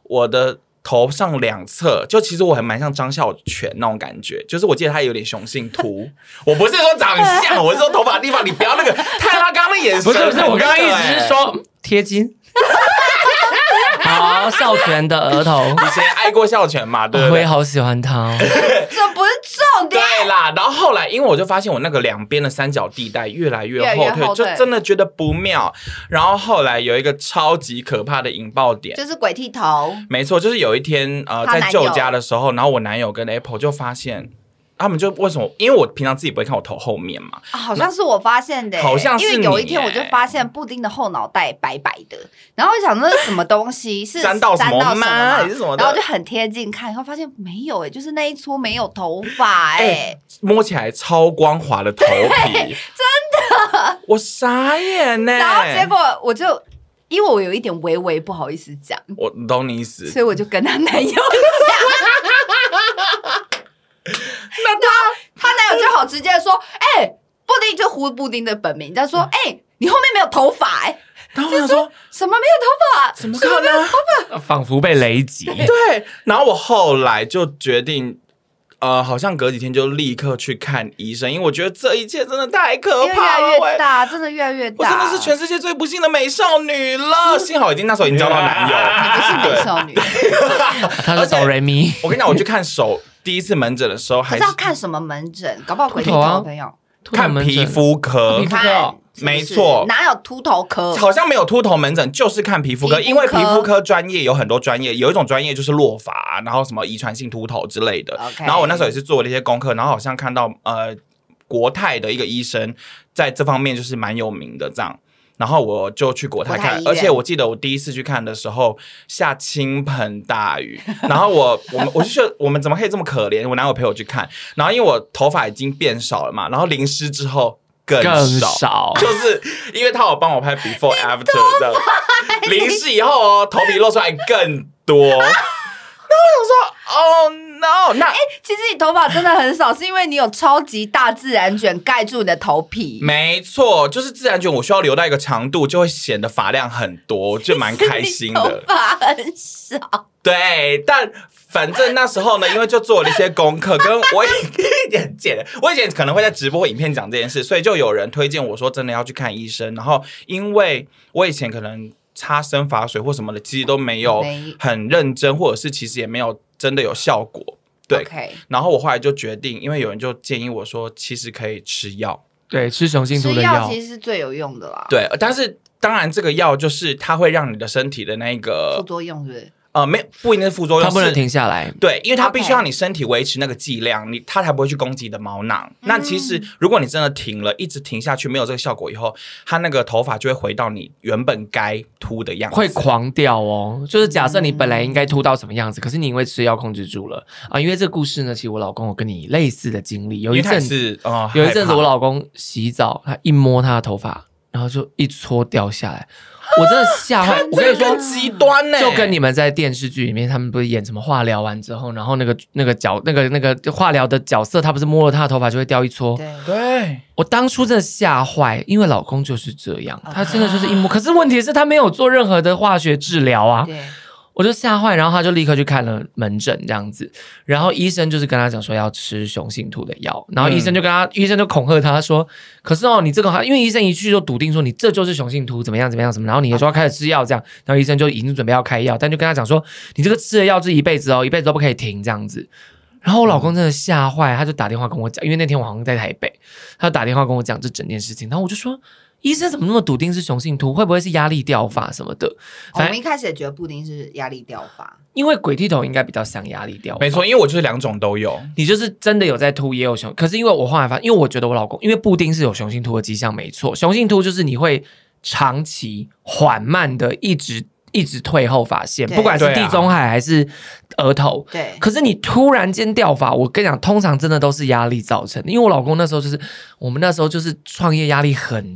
[SPEAKER 2] 我的。头上两侧，就其实我还蛮像张孝全那种感觉，就是我记得他有点雄 性秃。我不是说长相，我是说头发的地方，你不要那个看他刚刚的眼神。
[SPEAKER 4] 不是不是，我刚刚意思是
[SPEAKER 2] 很
[SPEAKER 4] 说嗯贴金。好，孝全的额头，
[SPEAKER 2] 那个欸，以前爱过孝全嘛，对不
[SPEAKER 4] 我也
[SPEAKER 2] 对？
[SPEAKER 4] 好喜欢他哦。
[SPEAKER 3] 这不是重点。
[SPEAKER 2] 对啦，然后后来因为我就发现我那个两边的三角地带越来越
[SPEAKER 3] 越来
[SPEAKER 2] 后
[SPEAKER 3] 越
[SPEAKER 2] 退，
[SPEAKER 3] 后退
[SPEAKER 2] 就真的觉得不妙。然后后来有一个超级可怕的引爆点，
[SPEAKER 3] 就是鬼剃头，
[SPEAKER 2] 没错，就是有一天呃，
[SPEAKER 3] 她
[SPEAKER 2] 在
[SPEAKER 3] 男友
[SPEAKER 2] 舅家的时候，然后我男友跟 Apple 就发现，他们就为什么？因为我平常自己不会看我头后面嘛，
[SPEAKER 3] 啊好像是我发现的欸、
[SPEAKER 2] 好像是
[SPEAKER 3] 因
[SPEAKER 2] 你
[SPEAKER 3] 为有一天我就
[SPEAKER 2] 欸
[SPEAKER 3] 发现布丁的后脑袋白白的，然后我想那是什么东 西，是
[SPEAKER 2] 沾到什么吗
[SPEAKER 3] 么吗
[SPEAKER 2] 还是什么的
[SPEAKER 3] 然后就很贴近看，然后发现没有哎、就是那一撮没有头发哎、
[SPEAKER 2] 哎摸起来超光滑的头 皮，真的，我傻眼呢、
[SPEAKER 3] 然后结果我就因为我有一点微微不好意思讲，
[SPEAKER 2] 我懂你意思，
[SPEAKER 3] 所以我就跟她男友讲。那她她男友就好直接地说：“哎、布丁就呼布丁的本名，他说：‘哎、你后面没有头发、哎，
[SPEAKER 2] 然后我想说，
[SPEAKER 3] 什么没有头发？
[SPEAKER 2] 怎么可能？
[SPEAKER 4] 仿佛被雷击。
[SPEAKER 2] 对，然后我后来就决定。呃，好像隔几天就立刻去看医生，因为我觉得这一切真的太可
[SPEAKER 3] 因为越
[SPEAKER 2] 怕
[SPEAKER 3] 来
[SPEAKER 2] 了。
[SPEAKER 3] 越
[SPEAKER 2] 喂
[SPEAKER 3] 大，真的越来越
[SPEAKER 2] 啊我
[SPEAKER 3] 大。
[SPEAKER 2] 真的是全世界最不幸的美少女 了。幸好已经那时候已经交到男友，
[SPEAKER 3] 你不是 美少女，
[SPEAKER 4] 他是哆瑞咪，
[SPEAKER 2] 我跟你讲，我去看手第一次门诊的时候，
[SPEAKER 3] 可
[SPEAKER 2] 还
[SPEAKER 3] 是
[SPEAKER 2] 是
[SPEAKER 3] 要看什么门诊，搞不好鬼剃
[SPEAKER 4] 秃头啊
[SPEAKER 3] 头的朋友
[SPEAKER 2] 看皮，肤科
[SPEAKER 4] 皮肤，
[SPEAKER 3] 看
[SPEAKER 4] 科哦
[SPEAKER 2] 啊
[SPEAKER 3] 是不是
[SPEAKER 2] 没错
[SPEAKER 3] 哪有秃头科？
[SPEAKER 2] 好像没有秃头门诊，就是看皮肤科，
[SPEAKER 3] 皮肤科
[SPEAKER 2] 因为皮肤科专业有很多专业，有一种专业就是落发，啊然后什么遗传性秃头之类的。
[SPEAKER 3] OK
[SPEAKER 2] 然后我那时候也是做了一些功课，然后好像看到呃国泰的一个医生在这方面就是蛮有名的这样。然后我就去国泰
[SPEAKER 3] 国泰
[SPEAKER 2] 看
[SPEAKER 3] 医，院
[SPEAKER 2] 而且我记得我第一次去看的时候下倾盆大雨，然后我我们我就 觉得我们怎么可以这么可怜？我男友陪我去看，然后因为我头发已经变少了嘛，然后淋湿之后更
[SPEAKER 4] 更
[SPEAKER 2] 少，
[SPEAKER 4] 少。
[SPEAKER 2] 就是因为他有帮我拍 before after 这样，淋湿以后哦，头皮露出来更 多。那我想说，Oh no！那
[SPEAKER 3] 其实你头发真的很少，是因为你有超级大自然卷盖住你的头皮。
[SPEAKER 2] 没错，就是自然卷，我需要留到一个长度，就会显得发量很多，就蛮开心的
[SPEAKER 3] 头。发很少，
[SPEAKER 2] 对，但反正那时候呢，因为就做了一些功课，跟我以 一点简，我以前可能会在直播影片讲这件事，所以就有人推荐我说真的要去看医生。然后因为我以前可能擦生发水或什么的，其实都没有
[SPEAKER 3] 没
[SPEAKER 2] 很认真，或者是其实也没有真的有效果。对
[SPEAKER 3] OK，
[SPEAKER 2] 然后我后来就决定，因为有人就建议我说，其实可以吃药。
[SPEAKER 4] 对，吃雄性秃
[SPEAKER 3] 吃
[SPEAKER 4] 的
[SPEAKER 3] 药
[SPEAKER 4] 药
[SPEAKER 3] 其，实是最有用的啦。，
[SPEAKER 2] 对，但是当然这个药就是它会让你的身体的那
[SPEAKER 3] 副
[SPEAKER 2] 个
[SPEAKER 3] 作用是不是？
[SPEAKER 2] 呃没有不一定是副作用，
[SPEAKER 4] 他不能
[SPEAKER 2] 是
[SPEAKER 4] 停下来。
[SPEAKER 2] 对，因为它必须
[SPEAKER 3] OK
[SPEAKER 2] 让你身体维持那个剂量，你它才不会去攻击你的毛囊。那其
[SPEAKER 3] 嗯
[SPEAKER 2] 实如果你真的停了，一直停下去没有这个效果以后，它那个头发就会回到你原本该秃的样子。
[SPEAKER 4] 会狂掉哦，就是假设你本来应该秃到什么
[SPEAKER 2] 嗯
[SPEAKER 4] 样子，可是你因为吃药控制住了啊。因为这个故事呢，其实我老公有跟你类似的经历，有
[SPEAKER 2] 因
[SPEAKER 4] 一
[SPEAKER 2] 为它
[SPEAKER 4] 阵
[SPEAKER 2] 也
[SPEAKER 4] 子
[SPEAKER 2] 是哦，
[SPEAKER 4] 有一阵子
[SPEAKER 2] 害怕
[SPEAKER 4] 我老公洗澡，他一摸他的头发，然后就一撮掉下 来，我真的吓坏。我跟你
[SPEAKER 2] 这
[SPEAKER 4] 说
[SPEAKER 2] 个，欸
[SPEAKER 3] 啊
[SPEAKER 2] 极端呢、欸
[SPEAKER 4] 就跟你们在电视剧里面，他们不是演什么化疗完之后，然后那个那个角那个那个化疗的角色，他不是摸了他的头发就会掉一撮。
[SPEAKER 3] 对，
[SPEAKER 2] 哦对
[SPEAKER 4] 我当初真的吓坏，因为老公
[SPEAKER 5] 哦
[SPEAKER 4] 就是这样，他真的就是一摸。可是问题是，他没有做任何的化学治疗啊。
[SPEAKER 3] 对，
[SPEAKER 4] 我就吓坏，然后他就立刻去看了门诊这样子，然后医生就是跟他讲说要吃雄性吐的药，然后医生就跟他，医生就恐吓他说，可是哦你这个好，因为医生一去就笃定说你这就是雄性吐，怎么样怎么样什么，然后你也说要开始吃药这样，然后医生就已经准备要开药，但就跟他讲说你这个吃的药是一辈子哦，一辈子都不可以停这样子。然后我老公真的吓坏，他就打电话跟我讲，因为那天我好像在台北，他打电话跟我讲这整件事情，然后我就说医生怎么那么笃定是雄性秃，会不会是压力掉发什么的？
[SPEAKER 5] 我
[SPEAKER 4] 反
[SPEAKER 5] 们
[SPEAKER 4] 正
[SPEAKER 5] 一开始也觉得布丁是压力掉发，
[SPEAKER 4] 因为鬼剃头应该比较像压力掉，
[SPEAKER 2] 没错，。因为我就是两种都有。
[SPEAKER 4] 你就是真的有在秃，也有雄，可是因为我后来发现，因为我觉得我老公，因为布丁是有雄性秃的迹象，没错，雄性秃就是你会长期缓慢的一直一直退后发现，
[SPEAKER 5] 对
[SPEAKER 4] 不管是
[SPEAKER 2] 对啊
[SPEAKER 4] 地中海还是额头，
[SPEAKER 5] 对，
[SPEAKER 4] 可是你突然间掉发，我跟你讲，通常真的都是压力造成的。因为我老公那时候就是，我们那时候就是创业压力很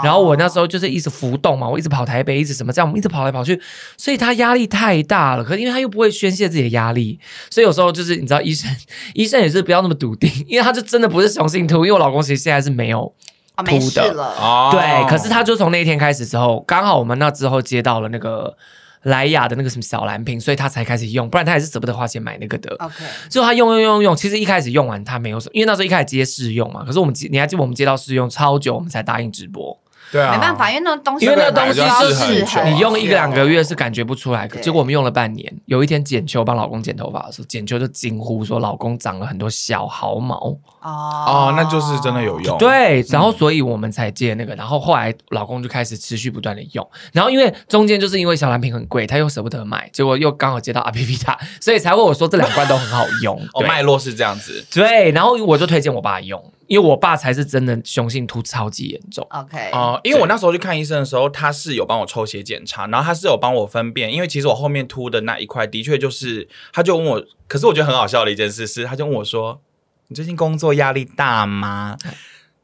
[SPEAKER 5] 哦
[SPEAKER 4] 然后我那时候就是一直浮动嘛，我一直跑台北，一直什么这样，我们一直跑来跑去，所以他压力太大了。可是因为他又不会宣泄自己的压力，所以有时候就是你知道，医生医生也是不要那么笃定，因为他就真的不是雄性秃，因为我老公其实现在是没有。
[SPEAKER 5] 哦，没
[SPEAKER 4] 秃
[SPEAKER 5] 事
[SPEAKER 4] 的
[SPEAKER 5] 了，
[SPEAKER 2] 哦
[SPEAKER 4] 对，可是他就从那一天开始之后，刚好我们那之后接到了那个莱雅的那个什么小蓝瓶，所以他才开始用，不然他也是舍不得花钱买那个的。
[SPEAKER 5] OK，
[SPEAKER 4] 就他用用用用，其实一开始用完他没有什么，因为那时候一开始接试用嘛。可是我们接，你还记得我们接到试用超久，我们才答应直播。
[SPEAKER 2] 对啊，
[SPEAKER 5] 没办法，因为那哦个东西
[SPEAKER 4] 因为那个
[SPEAKER 5] 本来
[SPEAKER 4] 东西
[SPEAKER 5] 要
[SPEAKER 4] 就是
[SPEAKER 5] 试很久啊
[SPEAKER 4] 你用一个两个月是感觉不出来，
[SPEAKER 5] 对
[SPEAKER 4] 结果我们用了半年。有一天剪秋帮老公剪头发的时候，剪秋就惊呼说：“老公长了很多小毫毛。
[SPEAKER 5] 哦嗯
[SPEAKER 2] 哦，那就是真的有用。”
[SPEAKER 4] 对，然后所以我们才借那个，然后后来老公就开始持续不断的用，然后因为中间就是因为小蓝瓶很贵，他又舍不得买，结果又刚好接到阿 P P 塔，所以才问我说这两罐都很好用。
[SPEAKER 2] 哦，
[SPEAKER 4] 对
[SPEAKER 2] 脉络是这样子。
[SPEAKER 4] 对，然后我就推荐我爸用，因为我爸才是真的雄性秃超级严重。
[SPEAKER 3] 啊
[SPEAKER 5] OK
[SPEAKER 2] 哦、因为我那时候去看医生的时候，他是有帮我抽血检查，然后他是有帮我分辨，因为其实我后面凸的那一块的确就是，他就问我，可是我觉得很好笑的一件事是，他就问我说：“你最近工作压力大 吗？”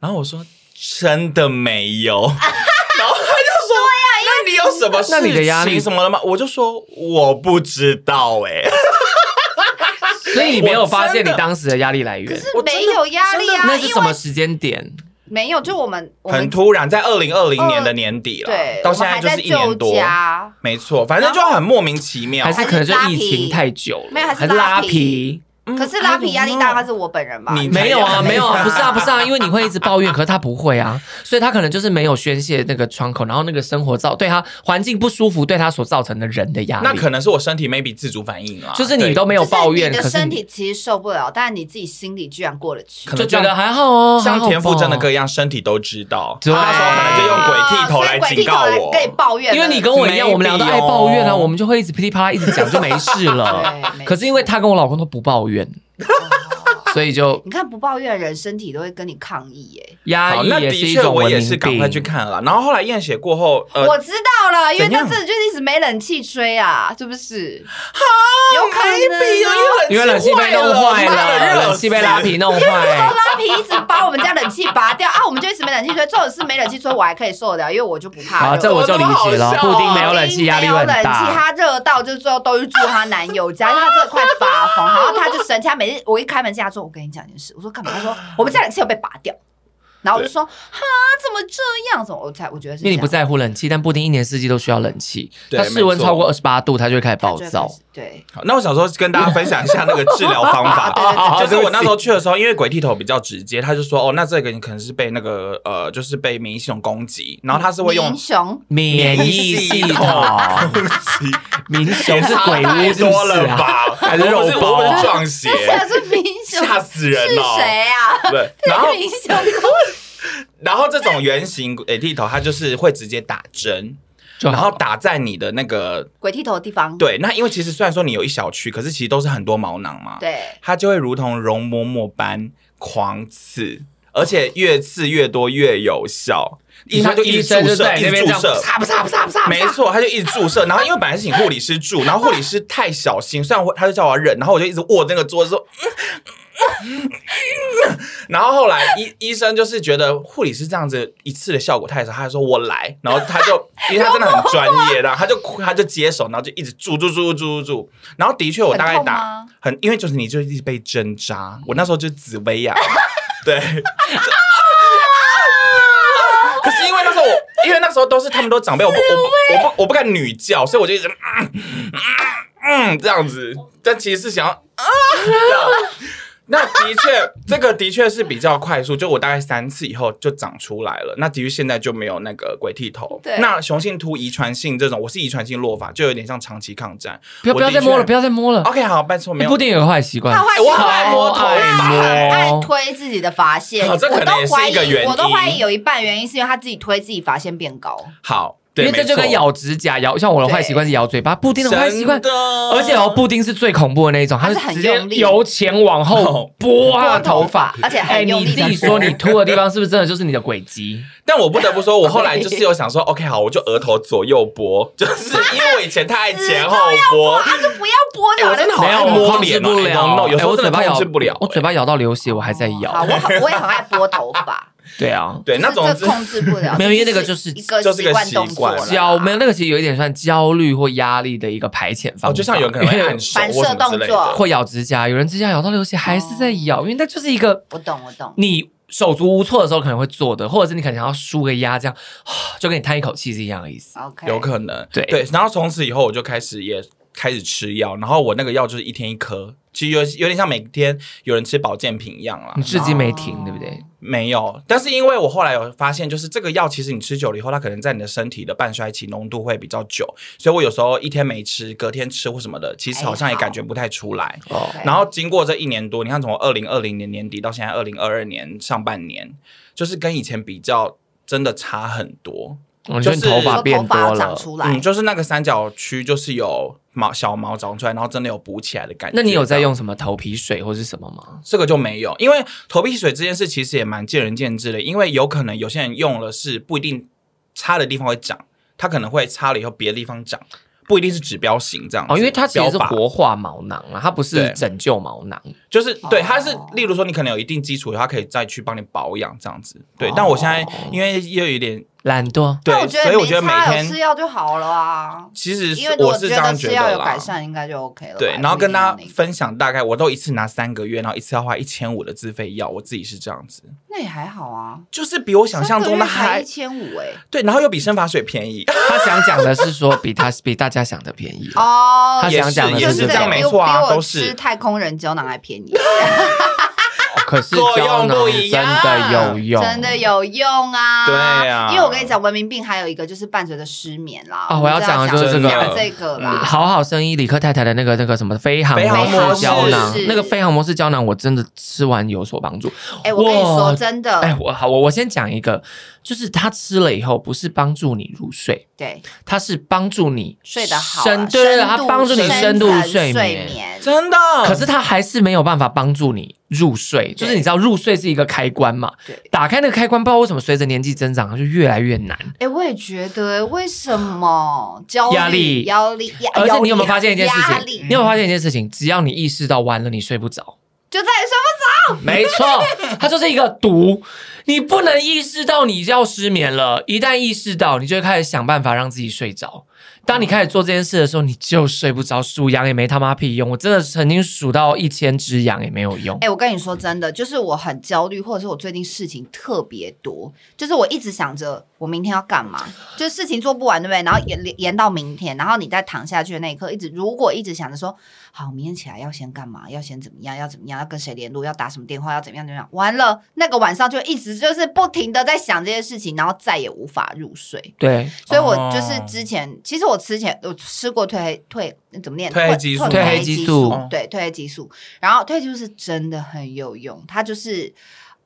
[SPEAKER 2] 然后我说：“真的没有。”然后他就 说：“
[SPEAKER 5] 啊
[SPEAKER 2] 那你有什么事情
[SPEAKER 4] 那你的压力
[SPEAKER 2] 什么了吗？”我就说：“我不知道、欸，哎，
[SPEAKER 4] 所以你没有发
[SPEAKER 2] 我
[SPEAKER 4] 现
[SPEAKER 2] 真
[SPEAKER 4] 你
[SPEAKER 2] 的
[SPEAKER 4] 当时的压力来源，
[SPEAKER 5] 是没有压力啊，
[SPEAKER 4] 那是
[SPEAKER 5] 因
[SPEAKER 4] 什
[SPEAKER 5] 为
[SPEAKER 4] 么时间点？
[SPEAKER 5] 没有，就我们我
[SPEAKER 2] 很
[SPEAKER 5] 们
[SPEAKER 2] 突然，在二零二零年的年底了，
[SPEAKER 5] 对，
[SPEAKER 2] 到
[SPEAKER 5] 我
[SPEAKER 2] 现
[SPEAKER 5] 们还
[SPEAKER 2] 就
[SPEAKER 5] 在
[SPEAKER 2] 是一年
[SPEAKER 5] 旧
[SPEAKER 2] 多。”
[SPEAKER 5] 家，
[SPEAKER 2] 没错，反正就很莫名其妙，
[SPEAKER 4] 还是可能就疫情太久
[SPEAKER 5] 没有
[SPEAKER 4] 了，
[SPEAKER 5] 还是
[SPEAKER 4] 拉
[SPEAKER 5] 拉皮
[SPEAKER 4] 皮？
[SPEAKER 5] 可是拉皮压力大概是我本人吧，
[SPEAKER 2] 你
[SPEAKER 4] 没有啊，没有啊，不是啊，不是
[SPEAKER 5] 啊，
[SPEAKER 4] 啊，因为你会一直抱怨，可是他不会啊，所以他可能就是没有宣泄那个窗口，然后那个生活造对他环境不舒服，对他所造成的人的压力，
[SPEAKER 2] 那可能是我身体 maybe 自主反应啊，
[SPEAKER 4] 就是你都没有抱怨，
[SPEAKER 5] 就是你
[SPEAKER 4] 可
[SPEAKER 5] 的
[SPEAKER 4] 是
[SPEAKER 5] 身
[SPEAKER 4] 你
[SPEAKER 5] 体其实受不了，但是你自己心里居然过得去
[SPEAKER 2] 可。能
[SPEAKER 4] 就觉
[SPEAKER 2] 这
[SPEAKER 4] 得
[SPEAKER 2] 样
[SPEAKER 4] 还好哦，
[SPEAKER 2] 像
[SPEAKER 4] 还好
[SPEAKER 2] 田馥甄的
[SPEAKER 4] 吧
[SPEAKER 2] 歌一样，身体都知道。
[SPEAKER 4] 对，
[SPEAKER 2] 那时候可能就用鬼剃头来警告我
[SPEAKER 5] 啊所以鬼剃头来跟你抱怨了，
[SPEAKER 4] 因为你跟我一样，我们俩都爱抱怨
[SPEAKER 2] Maybe
[SPEAKER 4] 啊，
[SPEAKER 2] 哦
[SPEAKER 4] 我们就会一直噼里啪啦一直讲就没事了。
[SPEAKER 5] 对，没
[SPEAKER 4] 可是因为他跟我老公都不抱怨， 所以就
[SPEAKER 5] 你看不抱怨的人，身体都会跟你抗议耶。
[SPEAKER 4] 压
[SPEAKER 2] 好，
[SPEAKER 4] 抑
[SPEAKER 2] 那
[SPEAKER 4] 啊也是
[SPEAKER 2] 的
[SPEAKER 4] 一
[SPEAKER 2] 确
[SPEAKER 4] 种
[SPEAKER 2] 我
[SPEAKER 4] 文
[SPEAKER 2] 也
[SPEAKER 4] 明
[SPEAKER 2] 是赶
[SPEAKER 4] 病。
[SPEAKER 2] 快去看了，然后后来验血过后，呃，
[SPEAKER 5] 我知道了，因为
[SPEAKER 2] 怎
[SPEAKER 5] 他
[SPEAKER 2] 样
[SPEAKER 5] 真的就是一直没冷气吹啊，是不是？有可能
[SPEAKER 2] 没有
[SPEAKER 5] 啊。
[SPEAKER 4] 因为冷气被弄坏
[SPEAKER 2] 妈的
[SPEAKER 4] 了，冷气被拉。
[SPEAKER 2] 热死哎
[SPEAKER 4] 皮弄 坏。
[SPEAKER 5] 拉皮一直把我们家冷气拔掉啊，我们就一直没冷气吹。重点是没冷气吹，我还可以受得了，因为我就不怕
[SPEAKER 4] 好，啊
[SPEAKER 5] 热。
[SPEAKER 4] 这我就理解了。
[SPEAKER 2] 怎么那么好笑
[SPEAKER 4] 布
[SPEAKER 2] 啊
[SPEAKER 4] 丁没有冷气，压力会很
[SPEAKER 5] 哦没有冷气，
[SPEAKER 4] 大。
[SPEAKER 5] 她热到就是最后都是住她男友 家，因为她真的快发疯。然后她就生气，她每次我一开门进来说：“我跟你讲一件事。”我说：“干嘛？”她说：“我们家冷气要被拔掉。”然后我就说：“哈，怎么这样？怎么？”我才我觉得是
[SPEAKER 4] 因为你不在乎冷气，但布丁一年四季都需要冷气。
[SPEAKER 2] 对
[SPEAKER 4] 他室温
[SPEAKER 2] 没错
[SPEAKER 4] 超过二十八度，他就会开始暴躁。。
[SPEAKER 5] 对，
[SPEAKER 2] 好那我想说跟大家分享一下那个治疗方
[SPEAKER 5] 对对
[SPEAKER 2] 法，
[SPEAKER 4] 对
[SPEAKER 2] 就是
[SPEAKER 4] 对不起
[SPEAKER 2] 我那时候去的时候，因为鬼剃头比较直接，他就说哦，那这个你可能是被那个呃，就是被免疫系统攻击，然后他是会用
[SPEAKER 5] 英雄
[SPEAKER 4] 免疫系 统，
[SPEAKER 2] 攻击，
[SPEAKER 4] 民雄是鬼
[SPEAKER 2] 太
[SPEAKER 4] 屋是不
[SPEAKER 2] 多
[SPEAKER 4] 是
[SPEAKER 2] 了
[SPEAKER 4] 啊？
[SPEAKER 2] 吧？还
[SPEAKER 4] 是肉包
[SPEAKER 2] 我们是啊撞邪，
[SPEAKER 5] 这是英雄，
[SPEAKER 2] 吓死人
[SPEAKER 5] 是
[SPEAKER 2] 了！
[SPEAKER 5] 谁啊？
[SPEAKER 2] 对，然后
[SPEAKER 5] 英雄
[SPEAKER 2] 然后这种圆形诶剃头，它就是会直接打针，
[SPEAKER 4] 就
[SPEAKER 2] 然
[SPEAKER 4] 好
[SPEAKER 2] 后打在你的那个
[SPEAKER 5] 鬼剃头的地方，
[SPEAKER 2] 对。那因为其实虽然说你有一小区，可是其实都是很多毛囊嘛，，
[SPEAKER 5] 对，
[SPEAKER 2] 它就会如同容嬷嬷般狂刺，而且越刺越多越有效。
[SPEAKER 4] 你
[SPEAKER 2] 它
[SPEAKER 4] 说
[SPEAKER 2] 就一
[SPEAKER 4] 医
[SPEAKER 2] 直
[SPEAKER 4] 生
[SPEAKER 2] 注
[SPEAKER 4] 就
[SPEAKER 2] 射，
[SPEAKER 4] 在
[SPEAKER 2] 一
[SPEAKER 4] 你那
[SPEAKER 2] 直
[SPEAKER 4] 边这
[SPEAKER 2] 注
[SPEAKER 4] 样，
[SPEAKER 2] 射。
[SPEAKER 4] 啪啪啪啪啪啪
[SPEAKER 2] 没错，他就一直注射，然后因为本来是请护理师注，然后护理师太小心，虽然我他就叫我忍，然后我就一直握那个桌子说，然后后来医医生就是觉得护理师这样子一次的效果太少，他就说我来，然后他就因为他真的很专业，然后他就他就接手，然后就一直注注注注注注，然后的确我大概
[SPEAKER 5] 很痛
[SPEAKER 2] 打
[SPEAKER 5] 吗？
[SPEAKER 2] 很，因为就是你就一直被针扎，我那时候就是紫啊 薇呀、对。可是因为那时候我因为那时候都是他们都长辈，我不我不我不我不敢女叫，所以我就一直嗯嗯嗯这样子，但其实是想要啊 这样。那的确，这个的确是比较快速，就我大概三次以后就长出来了。那的确现在就没有那个鬼剃头。
[SPEAKER 3] 对
[SPEAKER 2] 那雄性秃遗传性这种，我是遗传性落发，就有点像长期抗战。
[SPEAKER 4] 不要不
[SPEAKER 2] 我的
[SPEAKER 4] 要再摸
[SPEAKER 2] 确
[SPEAKER 4] 了，不要再摸了。哎
[SPEAKER 2] OK，好，拜托，没有
[SPEAKER 4] 布丁有个坏习惯
[SPEAKER 3] 他，坏
[SPEAKER 2] 哎我很爱摸头
[SPEAKER 3] 他很
[SPEAKER 4] 发
[SPEAKER 3] 爱推自己的发线，
[SPEAKER 2] 哦这可
[SPEAKER 3] 我
[SPEAKER 2] 能也
[SPEAKER 3] 都
[SPEAKER 2] 是
[SPEAKER 3] 怀
[SPEAKER 2] 一个原
[SPEAKER 3] 疑，
[SPEAKER 2] 因
[SPEAKER 3] 我都怀疑有一半原因是因为他自己推自己发线变高。
[SPEAKER 2] 好，
[SPEAKER 4] 因
[SPEAKER 2] 对，
[SPEAKER 4] 为这就跟
[SPEAKER 2] 没错
[SPEAKER 4] 咬指甲、咬像我的坏习惯是咬嘴巴，布丁的坏习惯
[SPEAKER 2] 真，的
[SPEAKER 4] 而且哦，布丁是最恐怖的那一种，
[SPEAKER 3] 它
[SPEAKER 4] 它
[SPEAKER 3] 是
[SPEAKER 4] 是
[SPEAKER 3] 很
[SPEAKER 4] 直接
[SPEAKER 3] 用力
[SPEAKER 4] 由前往
[SPEAKER 2] 哦
[SPEAKER 4] 后拨他的头发。
[SPEAKER 3] 而且
[SPEAKER 4] 哎，
[SPEAKER 3] 很用
[SPEAKER 4] 你
[SPEAKER 3] 力
[SPEAKER 4] 自
[SPEAKER 3] 地
[SPEAKER 4] 己说你秃的地方是不是真的就是你的轨迹？
[SPEAKER 2] 但我不得不说，我后来就是有想说，OK，好，我就额头左右拨，就是因为我以前太爱前后拨。
[SPEAKER 3] 他啊就不要拨
[SPEAKER 2] 哎
[SPEAKER 3] 掉，
[SPEAKER 2] 我真的 好
[SPEAKER 4] 没有，
[SPEAKER 2] 爱
[SPEAKER 4] 我
[SPEAKER 2] 摸
[SPEAKER 4] 控制
[SPEAKER 2] 脸啊
[SPEAKER 4] 不
[SPEAKER 2] I don't
[SPEAKER 4] 了
[SPEAKER 2] know，。有时
[SPEAKER 4] 哎
[SPEAKER 2] 候
[SPEAKER 4] 我
[SPEAKER 2] 真
[SPEAKER 4] 嘴
[SPEAKER 2] 的
[SPEAKER 4] 巴
[SPEAKER 2] 控
[SPEAKER 4] 咬
[SPEAKER 2] 制不了哎
[SPEAKER 4] 我嘴巴咬到流血，我还在
[SPEAKER 3] 好，
[SPEAKER 4] 咬。
[SPEAKER 3] 我很我也很爱拨头发，
[SPEAKER 4] 对啊，
[SPEAKER 2] 对，那
[SPEAKER 3] 这
[SPEAKER 2] 总
[SPEAKER 3] 这
[SPEAKER 2] 之
[SPEAKER 3] 控制不了，
[SPEAKER 4] 没有因为
[SPEAKER 3] 这
[SPEAKER 4] 那个就是
[SPEAKER 3] 一个
[SPEAKER 2] 就是
[SPEAKER 3] 习
[SPEAKER 2] 个
[SPEAKER 3] 惯
[SPEAKER 2] 习
[SPEAKER 3] 动作
[SPEAKER 2] 惯
[SPEAKER 3] 了啦，
[SPEAKER 4] 焦没有那个其实有一点算焦虑或压力的一个排遣方法。
[SPEAKER 2] 哦，就像有可能会按手
[SPEAKER 3] 反射
[SPEAKER 2] 或什么之类
[SPEAKER 3] 动作
[SPEAKER 2] 的，
[SPEAKER 4] 会咬指甲，有人指甲咬到流血还是在咬，因为那就是一个
[SPEAKER 3] 我懂我懂。
[SPEAKER 4] 你手足无措的时候可能会做的，或者是你可能想要舒个压，这样啊就跟你叹一口气是一样的意思。
[SPEAKER 3] OK，
[SPEAKER 2] 有可能
[SPEAKER 4] 对
[SPEAKER 2] 对。然后从此以后，我就开始也开始吃药，然后我那个药就是一天一颗，其实有有点像每天有人吃保健品一样啦
[SPEAKER 4] 你。至今没停，对不对？
[SPEAKER 2] 没有，但是因为我后来有发现，就是这个药其实你吃久了以后，它可能在你的身体的半衰期浓度会比较久，所以我有时候一天没吃，隔天吃或什么的，其实好像也感觉不太出来。
[SPEAKER 4] 哦，
[SPEAKER 3] 对
[SPEAKER 2] 然后经过这一年多，你看从二零二零年年底到现在二零二二年上半年，就是跟以前比较，真的差很多。
[SPEAKER 4] 我哦觉得你头发
[SPEAKER 3] 说
[SPEAKER 4] 变
[SPEAKER 3] 头
[SPEAKER 4] 多
[SPEAKER 3] 发
[SPEAKER 4] 了
[SPEAKER 3] 长。出来
[SPEAKER 2] 嗯，，就是那个三角区，就是有毛小毛长出来，然后真的有补起来的感觉。
[SPEAKER 4] 那你有在用什么头皮水或是什么吗？
[SPEAKER 2] 这个就没有，因为头皮水这件事其实也蛮见仁见智的，因为有可能有些人用了是不一定擦的地方会长，它可能会擦了以后别的地方长，不一定是指标型这样子。
[SPEAKER 4] 哦，因为它其实是
[SPEAKER 2] 标靶
[SPEAKER 4] 活化毛囊啊，它不是
[SPEAKER 2] 对
[SPEAKER 4] 拯救毛囊。
[SPEAKER 2] 就是对，
[SPEAKER 3] 哦
[SPEAKER 2] 它是例如说你可能有一定基础，它可以再去帮你保养这样子。对，但我现
[SPEAKER 4] 哦
[SPEAKER 2] 在因为又有一点
[SPEAKER 4] 懒惰，
[SPEAKER 2] 对
[SPEAKER 3] 但我，觉
[SPEAKER 2] 所以我觉得
[SPEAKER 3] 得
[SPEAKER 2] 每
[SPEAKER 3] 没差，有吃
[SPEAKER 2] 天
[SPEAKER 3] 药就好了啊。
[SPEAKER 2] 其实
[SPEAKER 3] 因为
[SPEAKER 2] 我
[SPEAKER 3] 觉
[SPEAKER 2] 是这样
[SPEAKER 3] 得
[SPEAKER 2] 觉
[SPEAKER 3] 吃药
[SPEAKER 2] 得
[SPEAKER 3] 有
[SPEAKER 2] 啦
[SPEAKER 3] 改。善，应该就 OK 了吧。
[SPEAKER 2] 对，然后跟大家
[SPEAKER 3] 不一定要
[SPEAKER 2] 分享大概，我都一次拿三个月，然后一次要花一千五的自费药，我自己是这样子，
[SPEAKER 3] 那那也还好啊，
[SPEAKER 2] 就是比我想象中的还
[SPEAKER 3] 一千五哎。
[SPEAKER 2] 对，然后又比生发水便宜。
[SPEAKER 4] 他想讲的是说比他 比大家想的便宜。
[SPEAKER 3] 哦，
[SPEAKER 2] 啊
[SPEAKER 4] 他想讲的
[SPEAKER 3] 就是
[SPEAKER 4] 这样
[SPEAKER 3] 对
[SPEAKER 2] 没错啊
[SPEAKER 3] 比我
[SPEAKER 2] 都是
[SPEAKER 3] 比我吃太空人胶囊还便宜，
[SPEAKER 4] 可是
[SPEAKER 2] 作
[SPEAKER 4] 胶
[SPEAKER 2] 用
[SPEAKER 4] 囊
[SPEAKER 2] 不一
[SPEAKER 4] 真
[SPEAKER 2] 样
[SPEAKER 4] 的有用，
[SPEAKER 3] 真的有用啊。
[SPEAKER 2] 对啊
[SPEAKER 3] 因为我跟你讲，文明病还有一个就是伴随着失眠啦。
[SPEAKER 4] 啊
[SPEAKER 3] 们
[SPEAKER 4] 我要
[SPEAKER 3] 这
[SPEAKER 4] 讲
[SPEAKER 3] 样
[SPEAKER 4] 的就是
[SPEAKER 2] 这个
[SPEAKER 3] 讲这个
[SPEAKER 4] 嗯
[SPEAKER 3] 啦。
[SPEAKER 4] 好好生意，理科太太的那个那个什么飞航
[SPEAKER 2] 飞航
[SPEAKER 4] 模
[SPEAKER 2] 模
[SPEAKER 4] 式胶
[SPEAKER 2] 式
[SPEAKER 4] 囊
[SPEAKER 3] 是，
[SPEAKER 4] 那个飞航模式胶囊，我真的吃完有所帮助。
[SPEAKER 3] 哎，我跟你
[SPEAKER 4] 哇
[SPEAKER 3] 说，真
[SPEAKER 4] 哎
[SPEAKER 3] 的，，
[SPEAKER 4] 我好，我我先讲一个，就是它吃了以后，不是帮助你入睡，
[SPEAKER 3] 对，
[SPEAKER 4] 它是帮助你
[SPEAKER 3] 睡得好啊，
[SPEAKER 4] 深对对对，
[SPEAKER 3] 深
[SPEAKER 4] 它
[SPEAKER 3] 度
[SPEAKER 4] 帮助你深度
[SPEAKER 3] 深层
[SPEAKER 4] 睡
[SPEAKER 3] 睡
[SPEAKER 4] 眠。
[SPEAKER 2] 真的，
[SPEAKER 4] 可是它还是没有办法帮助你入睡，就是你知道入睡是一个开关嘛
[SPEAKER 3] 对，
[SPEAKER 4] 打开那个开关，不知道为什么随着年纪增长，它就越来越难。
[SPEAKER 3] 哎、我也觉得，为什么焦虑
[SPEAKER 4] 压力
[SPEAKER 3] 压力、压
[SPEAKER 4] 而且你有没有发现一件事
[SPEAKER 3] 哎压
[SPEAKER 4] 情？
[SPEAKER 3] 力
[SPEAKER 4] 你有没有发现一件事情？只要你意识到完了，你睡不着。
[SPEAKER 3] 就在说
[SPEAKER 4] 没 错，它就是一个毒，你不能意识到你要失眠了。一旦意识到，你就会开始想办法让自己睡着。当你开始做这件事的时候，你就睡不着，数羊也没他妈屁用。我真的曾经数到一千只羊也没有用
[SPEAKER 3] 哎、。我跟你说真的，就是我很焦虑，或者是我最近事情特别多，就是我一直想着我明天要干嘛，就是事情做不完，对不对？然后延延到明天，然后你再躺下去的那一刻，一直如果一直想着说，好，我明天起来要先干嘛，要先怎么样，要怎么样，要跟谁联络，要打什么电话，要怎么样怎么样，完了那个晚上就一直就是不停的在想这些事情，然后再也无法入睡。
[SPEAKER 4] 对，
[SPEAKER 3] 所以我
[SPEAKER 2] 哦
[SPEAKER 3] 就是之前，其实我之前我吃过褪黑褪嗯怎么念？
[SPEAKER 2] 褪黑激素
[SPEAKER 4] 褪黑激素
[SPEAKER 2] 哦
[SPEAKER 3] 对，褪黑激素。然后褪黑激素是真的很有用，它就是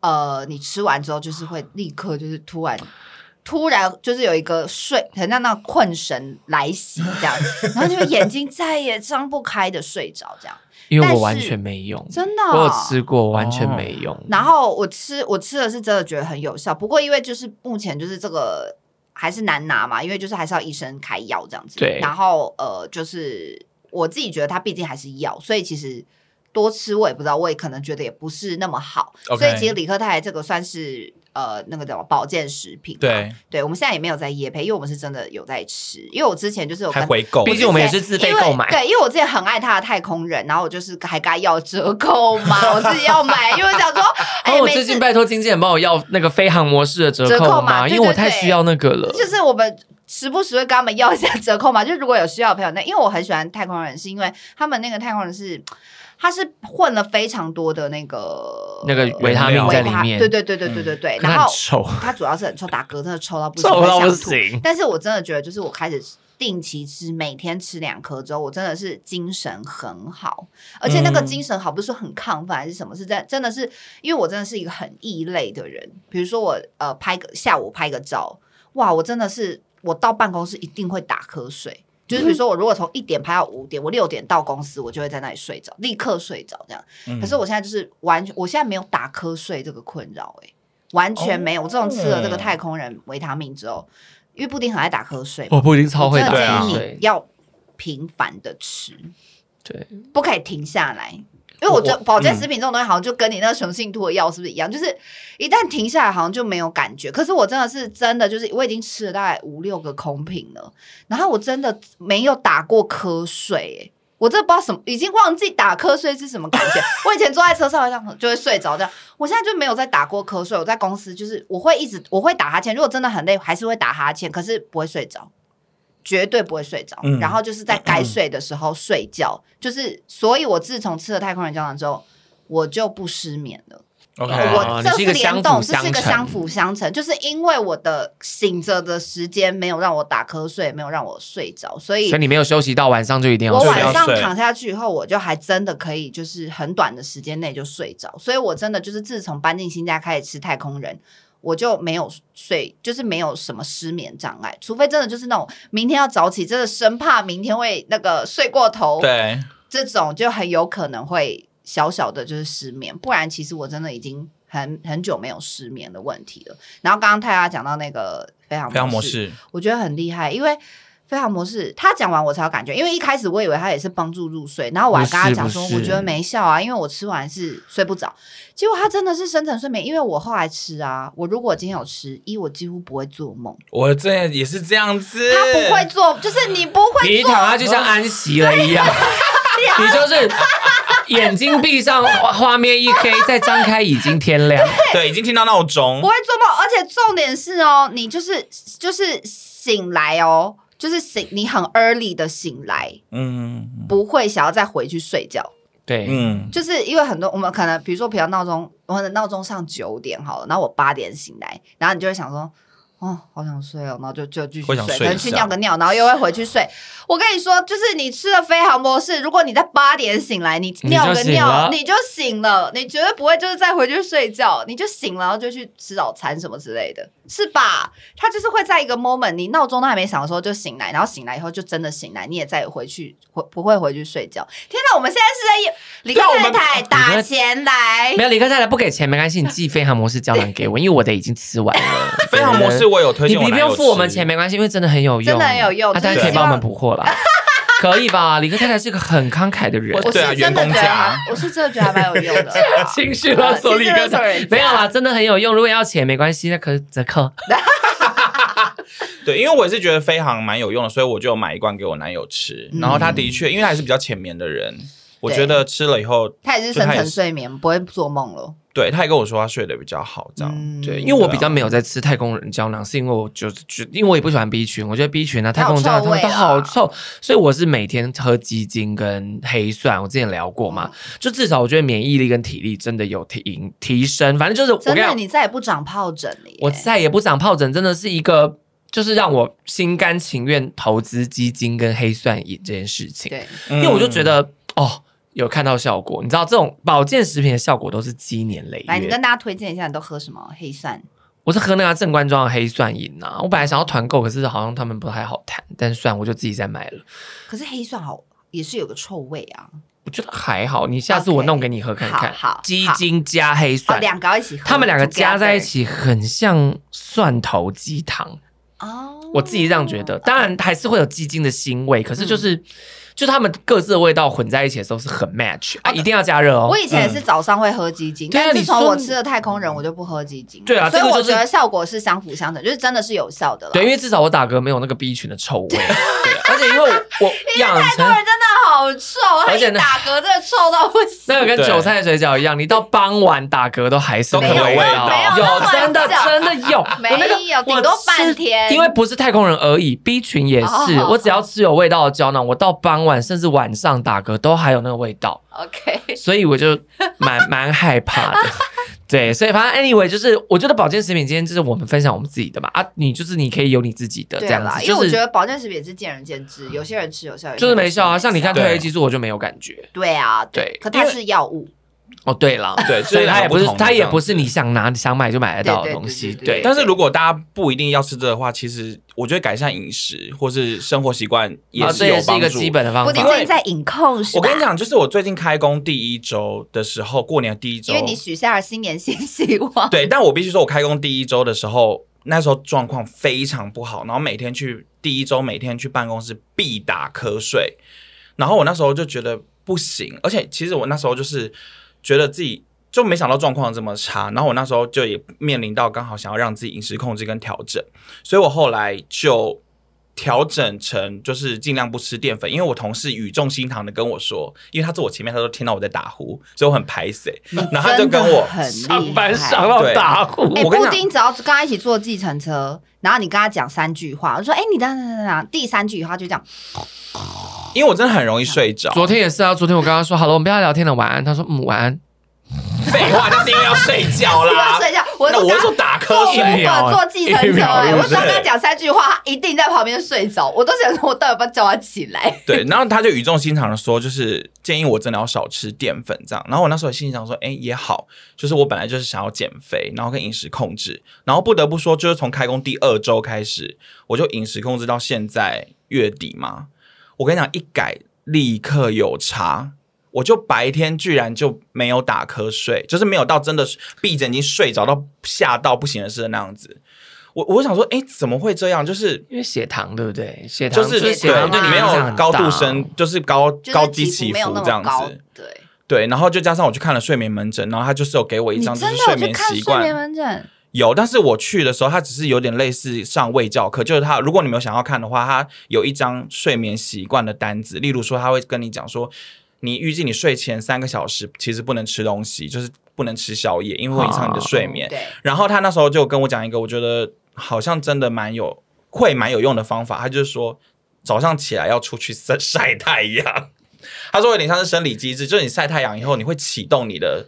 [SPEAKER 3] 呃，你吃完之后就是会立刻就是突然。突然就是有一个睡，很像那种困神来袭这样，然后就眼睛再也张不开的睡着这样，
[SPEAKER 4] 因为我
[SPEAKER 3] 但是
[SPEAKER 4] 完全没用，
[SPEAKER 3] 真的、哦。哦
[SPEAKER 4] 我有吃过，完全没用。
[SPEAKER 3] 然后我吃我吃的是真的觉得很有效，不过因为就是目前就是这个还是难拿嘛，因为就是还是要医生开药这样子。
[SPEAKER 4] 对
[SPEAKER 3] 然后呃，就是我自己觉得它毕竟还是药，所以其实多吃我也不知道，我也可能觉得也不是那么好。
[SPEAKER 2] OK
[SPEAKER 3] 所以其实理科太太这个算是呃那个叫什么保健食品嘛。
[SPEAKER 2] 对，
[SPEAKER 3] 对，我们现在也没有在夜配，因为我们是真的有在吃。因为我之前就是有
[SPEAKER 2] 还
[SPEAKER 3] 跟
[SPEAKER 2] 回购，
[SPEAKER 4] 毕竟我们也是自费
[SPEAKER 3] 因为
[SPEAKER 4] 购买
[SPEAKER 3] 对，因为我之前很爱他的太空人，然后我就是还该要折扣 嘛，我自己要买，因为我想说，
[SPEAKER 4] 然
[SPEAKER 3] 哎、
[SPEAKER 4] 哦后我
[SPEAKER 3] 每
[SPEAKER 4] 最
[SPEAKER 3] 次
[SPEAKER 4] 近拜托经纪人帮我要那个飞航模式的折
[SPEAKER 3] 折扣
[SPEAKER 4] 扣
[SPEAKER 3] 嘛
[SPEAKER 4] 嘛，
[SPEAKER 3] 对
[SPEAKER 4] 因为我
[SPEAKER 3] 对
[SPEAKER 4] 太
[SPEAKER 3] 对
[SPEAKER 4] 需要那个了。
[SPEAKER 3] 就是我们时不时会跟他们要一下折扣嘛， 就如果有需要的朋友，那因为我很喜欢太空人，是因为他们那个太空人是。他是混了非常多的那个
[SPEAKER 4] 那个维他命在里面嗯
[SPEAKER 3] 对对对对对对对。
[SPEAKER 4] 可
[SPEAKER 3] 然
[SPEAKER 4] 它很
[SPEAKER 3] 后
[SPEAKER 4] 臭，
[SPEAKER 3] 他主要是很臭，打嗝真的臭到不行，
[SPEAKER 4] 臭到
[SPEAKER 3] 会
[SPEAKER 4] 不
[SPEAKER 3] 想吐
[SPEAKER 4] 行。
[SPEAKER 3] 但是我真的觉得，就是我开始定期吃，每天吃两颗之后，我真的是精神很好，而且那个精神好不是说很亢奋还是什么，是真真的是因为我真的是一个很异类的人。比如说我呃拍个下午拍个照，哇，我真的是我到办公室一定会打瞌睡。就是比如说，我如果从一点拍到五点，我六点到公司，我就会在那里睡着，立刻睡着这样。
[SPEAKER 2] 嗯
[SPEAKER 4] 嗯
[SPEAKER 3] 可是我现在就是完全，我现在没有打瞌睡这个困扰，哎，完全没
[SPEAKER 4] 哦
[SPEAKER 3] 有。我自从吃了这个太空人维他命之后，因为布丁很爱打瞌睡嘛，
[SPEAKER 4] 我布丁哦超会
[SPEAKER 3] 我
[SPEAKER 4] 打
[SPEAKER 3] 真的
[SPEAKER 2] 打
[SPEAKER 3] 建
[SPEAKER 2] 瞌
[SPEAKER 3] 议
[SPEAKER 4] 对啊
[SPEAKER 3] 你要频繁的吃，
[SPEAKER 4] 对，
[SPEAKER 3] 不可以停下来。因为我觉得保
[SPEAKER 4] 嗯
[SPEAKER 3] 健食品这种东西，好像就跟你那个雄性秃的药是不是一样？就是一旦停下来，好像就没有感觉。可是我真的是真的，就是我已经吃了大概五六个空瓶了，然后我真的没有打过瞌睡、欸，我真的不知道什么，已经忘记打瞌睡是什么感 觉。我以前坐在车上好像就会睡着这样，我现在就没有再打过瞌睡。我在公司就是我会一直我会打哈欠，如果真的很累还是会打哈欠，可是不会睡着。绝对不会睡着，
[SPEAKER 2] 嗯
[SPEAKER 3] 然后就是在该睡的时候睡觉，就是所以，我自从吃了太空人胶囊之后，我就不失眠了。
[SPEAKER 2] OK，
[SPEAKER 4] 哦
[SPEAKER 3] 我这
[SPEAKER 4] 你是一
[SPEAKER 3] 是
[SPEAKER 4] 个
[SPEAKER 3] 联
[SPEAKER 4] 相
[SPEAKER 3] 动，
[SPEAKER 4] 辅
[SPEAKER 3] 这是一个
[SPEAKER 4] 相成
[SPEAKER 3] 相辅相成，就是因为我的醒着的时间没有让我打瞌睡，没有让我睡着，所以
[SPEAKER 4] 所以你没有休息到，晚上就一定要
[SPEAKER 3] 我
[SPEAKER 4] 睡。
[SPEAKER 3] 晚上
[SPEAKER 2] 睡
[SPEAKER 3] 躺下去以后，我就还真的可以，就是很短的时间内就睡着。所以我真的就是自从搬进新家开始吃太空人，我就没有睡，就是没有什么失眠障碍。除非真的就是那种明天要早起，真的生怕明天会那个睡过头，
[SPEAKER 2] 对，
[SPEAKER 3] 这种就很有可能会小小的就是失眠。不然其实我真的已经很很久没有失眠的问题了。然后刚刚泰拉讲到那个非常
[SPEAKER 2] 非常模式，
[SPEAKER 3] 我觉得很厉害，因为非常模式，他讲完我才有感觉，因为一开始我以为他也是帮助入睡，然后我还跟他讲说，
[SPEAKER 4] 不是
[SPEAKER 3] 我
[SPEAKER 4] 不是
[SPEAKER 3] 觉得没效啊，因为我吃完是睡不着，结果他真的是深层睡眠，因为我后来吃啊，我如果今天有吃，一我几乎不会做梦，
[SPEAKER 2] 我这也是这样子，
[SPEAKER 3] 他不会做，就是你不
[SPEAKER 4] 你
[SPEAKER 3] 会
[SPEAKER 4] 一
[SPEAKER 3] 做
[SPEAKER 4] 躺，下就像安息了一 样，
[SPEAKER 3] 啊
[SPEAKER 4] 你就是眼睛闭上，画画面一黑，再张开已经天亮。
[SPEAKER 2] 对，已经听到闹钟
[SPEAKER 3] 不，会做梦，而且重点是哦，你就是就是醒来哦，就是醒你很 early 的醒来，
[SPEAKER 2] 嗯
[SPEAKER 3] 不会想要再回去睡觉。
[SPEAKER 4] 对，
[SPEAKER 2] 嗯，
[SPEAKER 3] 就是因为很多我们可能，比如说，比较闹钟，我可能闹钟上九点好了，然后我八点醒来，然后你就会想说，哦，好想睡哦，然后就就继续
[SPEAKER 2] 会想
[SPEAKER 3] 睡，可
[SPEAKER 2] 睡
[SPEAKER 3] 能
[SPEAKER 2] 一
[SPEAKER 3] 去
[SPEAKER 2] 下
[SPEAKER 3] 尿个尿，然后又会回去睡。我跟你说，就是你吃了飞航模式，如果你在八点醒来，你
[SPEAKER 4] 就
[SPEAKER 3] 尿个
[SPEAKER 4] 醒
[SPEAKER 3] 尿
[SPEAKER 4] 了
[SPEAKER 3] 你就醒了，你绝对不会就是再回去睡觉，你就醒了，然后就去吃早餐什么之类的，是吧？它就是会在一个 moment，你闹钟都还没响的时候就醒来，然后醒来以后就真的醒来，你也再也回去回不会回去睡觉。天哪，我们现在是在李克
[SPEAKER 2] 对啊我
[SPEAKER 3] 太
[SPEAKER 2] 们
[SPEAKER 3] 太打钱来
[SPEAKER 4] 没。有理科太太不给钱没关系，你寄飞航模式胶囊给我，因为我的已经吃完了。
[SPEAKER 2] 非常模式，我有推
[SPEAKER 4] 你
[SPEAKER 2] 荐，
[SPEAKER 4] 你不用付我们钱
[SPEAKER 2] 面，
[SPEAKER 4] 没关系，因为真的很有用，啊
[SPEAKER 3] 真的很有用
[SPEAKER 4] 他当然
[SPEAKER 2] 就是
[SPEAKER 4] 可以
[SPEAKER 2] 希
[SPEAKER 4] 帮
[SPEAKER 3] 望
[SPEAKER 4] 我们补货 啦，可以吧？理科太太是个很慷慨的人
[SPEAKER 3] 我，是
[SPEAKER 2] 对啊
[SPEAKER 3] 真的
[SPEAKER 2] 员
[SPEAKER 3] 觉
[SPEAKER 2] 工
[SPEAKER 3] 得
[SPEAKER 2] 价
[SPEAKER 3] 还，我是真的觉得还蛮有用的。 啊
[SPEAKER 4] 情绪勒索 理科
[SPEAKER 3] 情绪勒索
[SPEAKER 4] 太
[SPEAKER 3] 人
[SPEAKER 4] 太
[SPEAKER 3] 家
[SPEAKER 4] 没有啦，真的很有用。如果要钱没关系，那可以折扣。
[SPEAKER 2] 对，因为我也是觉得飞航蛮有用的，所以我就买一罐给我男友吃，
[SPEAKER 3] 嗯
[SPEAKER 2] 然后他的确，因为他还是比较浅眠的人，我觉得吃了以后，
[SPEAKER 3] 他也是深层睡眠，不会做梦了。
[SPEAKER 2] 对他也跟我说他睡得比较好，这样，
[SPEAKER 3] 嗯
[SPEAKER 4] 对，因为我比较没有在吃太空人胶囊，是因为我就是觉，因为我也不喜欢 B 群，我觉得 B 群啊、太空人胶
[SPEAKER 3] 还有臭味
[SPEAKER 4] 囊
[SPEAKER 3] 啊
[SPEAKER 4] 都好臭，所以我是每天喝鸡精跟黑蒜。我之前聊过嘛，
[SPEAKER 3] 哦
[SPEAKER 4] 就至少我觉得免疫力跟体力真的有提提升。反正就是我
[SPEAKER 3] 真
[SPEAKER 4] 跟
[SPEAKER 3] 的，
[SPEAKER 4] 你讲，
[SPEAKER 3] 你再也不长疱疹了耶。
[SPEAKER 4] 我再也不长疱疹，真的是一个就是让我心甘情愿投资鸡精跟黑蒜饮这件事情。
[SPEAKER 3] 对，嗯
[SPEAKER 2] 因
[SPEAKER 4] 因为我就觉得、哦，有看到效果。你知道这种保健食品的效果都是积年累
[SPEAKER 3] 来，你
[SPEAKER 4] 月
[SPEAKER 3] 跟。大家推荐一下，你都喝什么黑蒜？
[SPEAKER 4] 我是喝那个正官庄的黑蒜饮啊，我本来想要团购，可是好像他们不太好谈，但算我就自己再买了。
[SPEAKER 3] 可是黑蒜好也是有个臭味啊，
[SPEAKER 4] 我觉得还好，你下次我
[SPEAKER 3] OK，
[SPEAKER 4] 弄给你喝看看。
[SPEAKER 3] 好好
[SPEAKER 4] 鸡精加黑
[SPEAKER 3] 哦，
[SPEAKER 4] 蒜，
[SPEAKER 3] 两个要一起喝，
[SPEAKER 4] 他们两个加在一
[SPEAKER 3] together。
[SPEAKER 4] 起很像蒜头鸡汤。
[SPEAKER 3] 哦，
[SPEAKER 4] 我自己这样觉得，当然还是会有鸡精的腥味，可是就是、
[SPEAKER 3] 嗯
[SPEAKER 4] 就他们各自的味道混在一起的时候是很 match 啊，一定要加热哦
[SPEAKER 3] 我。以前也是早上会喝鸡精，
[SPEAKER 4] 对啊
[SPEAKER 3] 但自从
[SPEAKER 4] 你说
[SPEAKER 3] 我吃了太空人，我就不喝鸡精。
[SPEAKER 4] 对啊
[SPEAKER 3] 所以
[SPEAKER 4] 这个
[SPEAKER 3] 我
[SPEAKER 4] 就是
[SPEAKER 3] 觉得效果是相辅相成，就是真的是有效的了。
[SPEAKER 4] 对，因为至少我打嗝没有那个 B 群的臭 味，对啊而且因为我我养成
[SPEAKER 3] 那人真的好臭，他
[SPEAKER 4] 而且
[SPEAKER 3] 一
[SPEAKER 4] 呢
[SPEAKER 3] 打嗝真的臭到不行。
[SPEAKER 4] 那个跟
[SPEAKER 2] 对
[SPEAKER 4] 韭菜水饺一样，你到傍晚打嗝都还是
[SPEAKER 2] 都
[SPEAKER 4] 那
[SPEAKER 2] 没
[SPEAKER 4] 个
[SPEAKER 2] 有
[SPEAKER 4] 味
[SPEAKER 2] 味
[SPEAKER 4] 道，
[SPEAKER 2] 道
[SPEAKER 3] 没有
[SPEAKER 4] 有真的
[SPEAKER 3] 那么
[SPEAKER 4] 真的有，我
[SPEAKER 3] 没有
[SPEAKER 4] 那个
[SPEAKER 3] 顶
[SPEAKER 4] 我
[SPEAKER 3] 多
[SPEAKER 4] 吃
[SPEAKER 3] 半天
[SPEAKER 4] 因为不是太空人而已，B 群也是，
[SPEAKER 3] 哦
[SPEAKER 4] 我只要吃有味道的胶囊，我到傍晚甚至晚上打嗝都还有那个味 道，
[SPEAKER 3] OK，
[SPEAKER 4] 所以我就蛮蛮害怕的。 对，所以反正 anyway，就是我觉得保健食品今天就是我们分享我们自己的嘛啊，你就是你可以有你自己的 这
[SPEAKER 3] 对
[SPEAKER 4] 样
[SPEAKER 3] 啦，
[SPEAKER 4] 子，
[SPEAKER 3] 因为
[SPEAKER 4] 就
[SPEAKER 3] 我觉
[SPEAKER 4] 是
[SPEAKER 3] 得保健食品也是见仁见智，有些人吃有效，有些人
[SPEAKER 4] 就是没效啊，
[SPEAKER 3] 吃
[SPEAKER 4] 像你看褪
[SPEAKER 2] 对
[SPEAKER 4] 黑激素我就没有感觉
[SPEAKER 3] 对啊，
[SPEAKER 4] 对
[SPEAKER 3] 可它是药物，
[SPEAKER 4] 哦。对了，
[SPEAKER 2] 嗯对，
[SPEAKER 4] 所以它也不是它也不
[SPEAKER 2] 是。
[SPEAKER 4] 是你想拿想买就买得到的东西，
[SPEAKER 3] 对对对对
[SPEAKER 4] 对。
[SPEAKER 2] 但是如果大家不一定要吃这的话，其实我觉得改善饮食或是生活习惯也
[SPEAKER 4] 啊，
[SPEAKER 2] 是
[SPEAKER 4] 这
[SPEAKER 2] 有
[SPEAKER 4] 也是
[SPEAKER 2] 帮
[SPEAKER 4] 一
[SPEAKER 2] 助。
[SPEAKER 4] 个基本的方
[SPEAKER 3] 不
[SPEAKER 4] 法
[SPEAKER 3] 一。定
[SPEAKER 2] 因为
[SPEAKER 3] 在饮控是吧？
[SPEAKER 2] 我跟你，讲，就是我最近开工第一周的时候，过年第一周，
[SPEAKER 3] 因为你许下了新年新希望，
[SPEAKER 2] 对，但我必须说，我开工第一周的时候，那时候状况非常不好，然后每天去第一周每天去办公室必打瞌睡，然后我那时候就觉得不行，而且其实我那时候就是觉得自己。就没想到状况这么差，然后我那时候就也面临到刚好想要让自己饮食控制跟调整，所以我后来就调整成就是尽量不吃淀粉，因为我同事语重心长的跟我说，因为他坐我前面，他都听到我在打呼，所以我很排斥，然后他就跟我
[SPEAKER 3] 很
[SPEAKER 4] 上
[SPEAKER 3] 厉
[SPEAKER 4] 班上
[SPEAKER 3] 害。
[SPEAKER 4] 到打呼
[SPEAKER 3] 哎，
[SPEAKER 2] 我跟你讲
[SPEAKER 3] 布丁只要跟他一起坐计程车，然后你跟他讲三句话，我说：“哎，你等等等等等，第三句话就这样，
[SPEAKER 2] 因为我真的很容易睡着。
[SPEAKER 4] 昨天也是啊，昨天我跟他说好了，我们不要聊天了，晚安。他说嗯，晚安。
[SPEAKER 2] 废话，那是因为要睡觉
[SPEAKER 3] 不要
[SPEAKER 2] 啦。
[SPEAKER 3] 睡觉。”我
[SPEAKER 2] 啊那
[SPEAKER 3] 就
[SPEAKER 2] 我
[SPEAKER 3] 跟
[SPEAKER 2] 是
[SPEAKER 3] 他
[SPEAKER 2] 说打
[SPEAKER 3] 坐
[SPEAKER 2] 瞌
[SPEAKER 3] 五
[SPEAKER 2] 睡，
[SPEAKER 4] 一秒
[SPEAKER 2] 啊
[SPEAKER 3] 本坐计程
[SPEAKER 4] 一
[SPEAKER 3] 车，
[SPEAKER 4] 秒
[SPEAKER 3] 哎，
[SPEAKER 4] 对
[SPEAKER 3] 我
[SPEAKER 2] 不对
[SPEAKER 3] 只要跟他讲三句话，他一定在旁边睡着。我都想说，我到底要不要叫他起来？
[SPEAKER 2] 对，然后他就语重心长的说，就是建议我真的要少吃淀粉这样。然后我那时候心里想说，哎，也好，就是我本来就是想要减肥，然后跟饮食控制，然后不得不说，就是从开工第二周开始，我就饮食控制到现在月底嘛。我跟你讲，一改立刻有差。我就白天居然就没有打瞌睡，就是没有到真的是闭着眼睛睡着到吓到不省人事的那样子。我我想说，哎，怎么会这样？就是
[SPEAKER 4] 因为血糖对不对？血糖
[SPEAKER 2] 就是
[SPEAKER 4] 血
[SPEAKER 2] 对，
[SPEAKER 4] 糖
[SPEAKER 2] 就
[SPEAKER 4] 对
[SPEAKER 2] 你没
[SPEAKER 4] 影响
[SPEAKER 2] 有
[SPEAKER 4] 很
[SPEAKER 2] 高度
[SPEAKER 4] 大
[SPEAKER 2] 升，就是高
[SPEAKER 3] 就是
[SPEAKER 2] 高低
[SPEAKER 3] 起
[SPEAKER 2] 起
[SPEAKER 3] 伏没有
[SPEAKER 2] 伏
[SPEAKER 3] 那
[SPEAKER 2] 这样
[SPEAKER 3] 么高
[SPEAKER 2] 子。，
[SPEAKER 3] 对。
[SPEAKER 2] 对，然后就加上我去看了睡眠门诊，然后他就是有给我一
[SPEAKER 3] 你
[SPEAKER 2] 张就
[SPEAKER 3] 真
[SPEAKER 2] 是
[SPEAKER 3] 的有去
[SPEAKER 2] 眠
[SPEAKER 3] 看
[SPEAKER 2] 习
[SPEAKER 3] 睡眠
[SPEAKER 2] 惯，
[SPEAKER 3] 门诊？
[SPEAKER 2] 有。但是我去的时候，他只是有点类似上卫教课，就是他如果你没有想要看的话，他有一张睡眠习惯的单子，例如说他会跟你讲说，你预计你睡前三个小时其实不能吃东西，就是不能吃宵夜，因为会影响
[SPEAKER 3] 哦
[SPEAKER 2] 你的睡眠。
[SPEAKER 3] 对，
[SPEAKER 2] 然后他那时候就跟我讲一个，我觉得好像真的蛮有会蛮有用的方法。他就是说，早上起来要出去 晒晒太阳。他说有点像是生理机制，就是你晒太阳以后，你会启动你的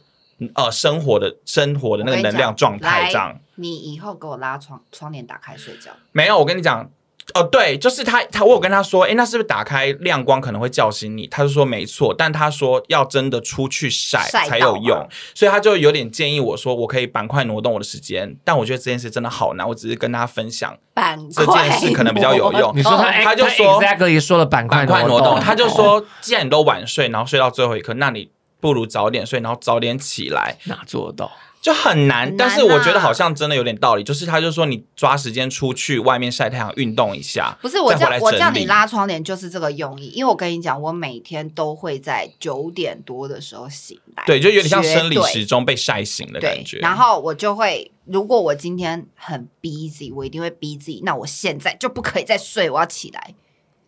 [SPEAKER 2] 呃生活的生活的那个能量状态
[SPEAKER 3] 来
[SPEAKER 2] 这样。
[SPEAKER 3] 你以后给我拉窗窗帘打开睡觉。
[SPEAKER 2] 没有，我跟你讲。哦，对，就是他，他我有跟他说，哎诶，那是不是打开亮光可能会叫醒你？他就说没错，但他说要真的出去晒
[SPEAKER 3] 晒
[SPEAKER 2] 才有
[SPEAKER 3] 到嘛
[SPEAKER 2] 用，所以他就有点建议我说，我可以板块挪动我的时间，但我觉得这件事真的好难，我只是跟他分享
[SPEAKER 3] 板
[SPEAKER 2] 这
[SPEAKER 3] 块
[SPEAKER 2] 件事可能比较有 用
[SPEAKER 4] 你说他
[SPEAKER 2] 他
[SPEAKER 4] 哦他
[SPEAKER 2] 就说
[SPEAKER 4] exactly 说了板块
[SPEAKER 2] 板块挪
[SPEAKER 4] 动哦
[SPEAKER 2] 动，，他就说，既然你都晚睡，然后睡到最后一刻，那你不如早点睡，然后早点起来，
[SPEAKER 4] 哪做得到？
[SPEAKER 2] 就很难。
[SPEAKER 3] 很难
[SPEAKER 2] 但
[SPEAKER 3] 啊
[SPEAKER 2] 是我觉得好像真的有点道理，就是他就说你抓时间出去外面晒太阳，运动一下，
[SPEAKER 3] 不是我
[SPEAKER 2] 再回
[SPEAKER 3] 叫
[SPEAKER 2] 来
[SPEAKER 3] 我
[SPEAKER 2] 整
[SPEAKER 3] 叫你
[SPEAKER 2] 理
[SPEAKER 3] 拉窗帘就是这个用意，因为我跟你讲，我每天都会在九点多的时候醒来，
[SPEAKER 2] 对，就有点像
[SPEAKER 3] 绝
[SPEAKER 2] 生理
[SPEAKER 3] 对
[SPEAKER 2] 时钟被晒醒的
[SPEAKER 3] 对
[SPEAKER 2] 感觉。，
[SPEAKER 3] 然后我就会，如果我今天很 busy，我一定会逼自己，那我现在就不可以再睡，我要起来，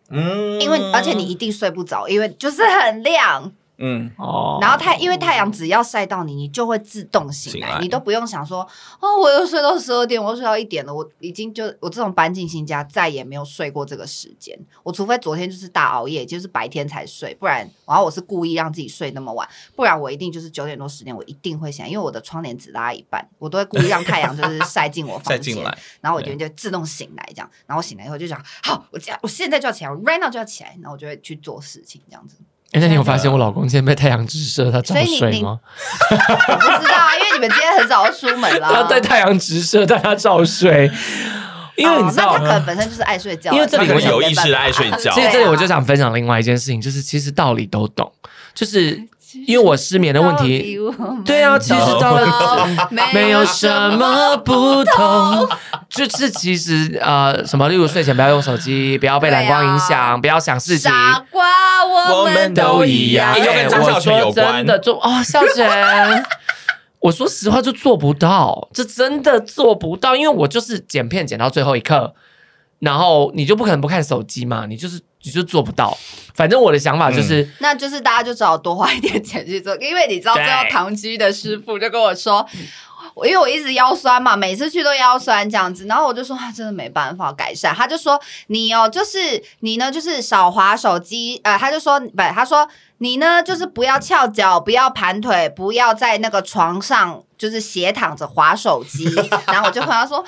[SPEAKER 2] 嗯
[SPEAKER 3] 因为、而且你一定睡不着，因为就是很亮，
[SPEAKER 2] 嗯，
[SPEAKER 4] 哦
[SPEAKER 3] 然后太因为太阳只要晒到你，你就会自动醒
[SPEAKER 2] 醒
[SPEAKER 3] 来，
[SPEAKER 2] 来
[SPEAKER 3] 你都不用想说哦，我又睡到十二点，我又睡到一点了，我已经就我这种搬进新家再也没有睡过这个时间，我除非昨天就是大熬夜，就是白天才睡，不然然后我是故意让自己睡那么晚，不然我一定就是九点多十点我一定会醒来，因为我的窗帘只拉一半，我都会故意让太阳就是晒进我
[SPEAKER 2] 再
[SPEAKER 3] 房
[SPEAKER 2] 进
[SPEAKER 3] 间，
[SPEAKER 2] 来，
[SPEAKER 3] 然后我就就自动醒来这样，然后我醒来以后就想好，我这样我现在就要起来我，right now 就要起来，然后我就会去做事情这样子。
[SPEAKER 4] 哎，那你有发现我老公今天被太阳直射，他照
[SPEAKER 3] 所以你
[SPEAKER 4] 睡
[SPEAKER 3] 你
[SPEAKER 4] 吗？
[SPEAKER 3] 我不知道啊，因为你们今天很早就出门啦。
[SPEAKER 4] 他在太阳直射，但他照 睡，因为你知道嗯
[SPEAKER 3] 哦那他可能本身就是爱睡觉，
[SPEAKER 4] 因为这
[SPEAKER 2] 他
[SPEAKER 4] 里
[SPEAKER 2] 可
[SPEAKER 4] 我
[SPEAKER 2] 能有意
[SPEAKER 3] 没
[SPEAKER 2] 识
[SPEAKER 3] 办
[SPEAKER 2] 的
[SPEAKER 3] 法
[SPEAKER 2] 爱睡觉
[SPEAKER 4] 其。实
[SPEAKER 3] 对啊
[SPEAKER 4] 这里我就想分享另外一件事情，就是其实道理都懂，就是因为我失眠的问 题。对啊，其实到了 没有什么不同， 就是其实呃，什么，例如睡前不要用手机，不要被蓝光影响，不要想事情。
[SPEAKER 3] 傻瓜，我们
[SPEAKER 6] 都一样
[SPEAKER 4] 哎
[SPEAKER 2] 又跟张孝全有关
[SPEAKER 4] 我说真的做哦，孝全。 我说实话，就做不到，这真的做不到，因为我就是剪片剪到最后一刻，然后你就不可能不看手机嘛，你就是你就做不到。反正我的想法就是，
[SPEAKER 2] 嗯
[SPEAKER 3] 那就是大家就只好多花一点钱去做，因为你知道最后
[SPEAKER 4] 对
[SPEAKER 3] 唐居的师傅就跟我说。我因为我一直腰酸嘛，每次去都腰酸这样子，然后我就说啊，真的没办法改善。他就说你哦，就是你呢，就是少滑手机，呃，他就说不，他说你呢，就是不要翘脚，不要盘腿，不要在那个床上就是斜躺着滑手机。然后我就回答说，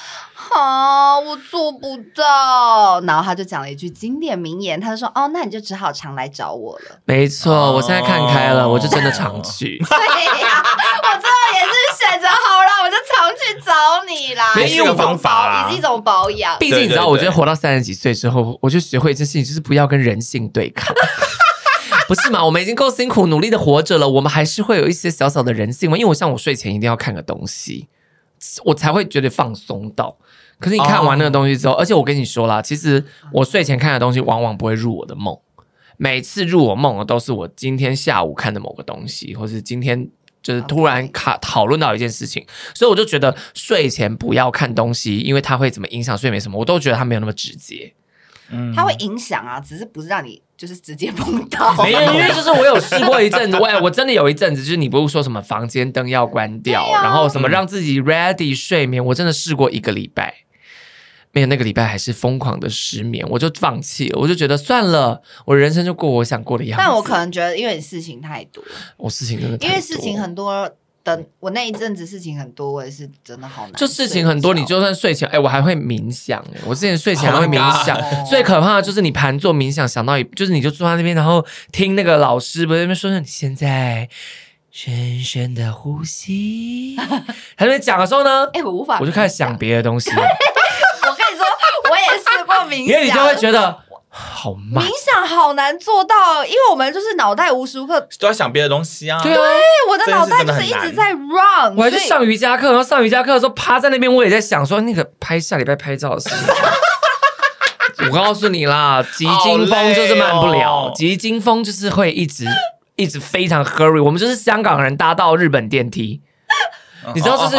[SPEAKER 3] 啊，我做不到。然后他就讲了一句经典名言，他就说哦，那你就只好常来找我了。
[SPEAKER 4] 没错，
[SPEAKER 2] 哦
[SPEAKER 4] 我现在看开了，我就真的常去。
[SPEAKER 3] 对呀、我最后也是选择好了，我就常去找你啦，
[SPEAKER 2] 没
[SPEAKER 3] 也是一种
[SPEAKER 2] 有方法啦
[SPEAKER 3] 保也是一种保养。
[SPEAKER 4] 毕竟你知道，
[SPEAKER 2] 对对对
[SPEAKER 4] 我觉得活到三十几岁之后，我就学会一件事情，就是不要跟人性对抗。 不是嘛？我们已经够辛苦努力的活着了，我们还是会有一些小小的人性嘛。因为我像我睡前一定要看个东西，我才会觉得放松到。可是你看完那个东西
[SPEAKER 2] 哦
[SPEAKER 4] 之后，而且我跟你说啦，其实我睡前看的东西往往不会入我的梦，每次入我梦的都是我今天下午看的某个东西，或是今天就是突然
[SPEAKER 3] OK
[SPEAKER 4] 卡讨论到一件事情，所以我就觉得睡前不要看东西，因为它会怎么影响睡眠什么，我都觉得它没有那么直接。
[SPEAKER 6] 嗯
[SPEAKER 3] 它会影响啊，只是不是让你就是直接碰到。
[SPEAKER 4] 没有，因为就是我有试过一阵子，我我真的有一阵子，就是你不是说什么房间灯要关掉，然后什么让自己 ready 睡眠，我真的试过一个礼拜。没有，那个礼拜还是疯狂的失眠，我就放弃了，我就觉得算了，我人生就过我想过的样子。
[SPEAKER 3] 但我可能觉得，因为你事情太多，
[SPEAKER 4] 我事情真的太
[SPEAKER 3] 因
[SPEAKER 4] 多，
[SPEAKER 3] 为事情很多。等我那一阵子事情很多，我也是真的好难睡觉。
[SPEAKER 4] 就事情很多，你就算睡前，哎、我还会冥想、哎，我之前睡前还
[SPEAKER 2] Oh
[SPEAKER 4] 会
[SPEAKER 2] my
[SPEAKER 4] 冥想
[SPEAKER 3] God
[SPEAKER 4] 最可怕的就是你盘坐冥想，想到一就是你就坐在那边，然后听那个老师不是在那边说，你现在深深的呼 吸，他在那边讲的时候呢，
[SPEAKER 3] 哎、我无法，
[SPEAKER 4] 我就开始想。别的东西，
[SPEAKER 3] 我跟你说，我也试过冥想，
[SPEAKER 4] 因为你就会觉得好慢
[SPEAKER 3] 冥，想好难做到，因为我们就是脑袋无时无刻，
[SPEAKER 2] 都要想别的东西啊。
[SPEAKER 4] 对啊，
[SPEAKER 3] 对我的脑袋就是一直在 run。
[SPEAKER 4] 我还去
[SPEAKER 3] 所以
[SPEAKER 4] 上瑜伽课，然后上瑜伽课的时候趴在那边，我也在想说那个拍下礼拜拍照的事情。 我告诉你啦，急惊风就是慢不
[SPEAKER 2] 好
[SPEAKER 4] 了，
[SPEAKER 2] 累哦
[SPEAKER 4] 急惊风就是会一直一直非常 hurry。我们就是香港人搭到日本电梯，
[SPEAKER 3] 哦
[SPEAKER 2] 嗯，
[SPEAKER 4] 你知道就是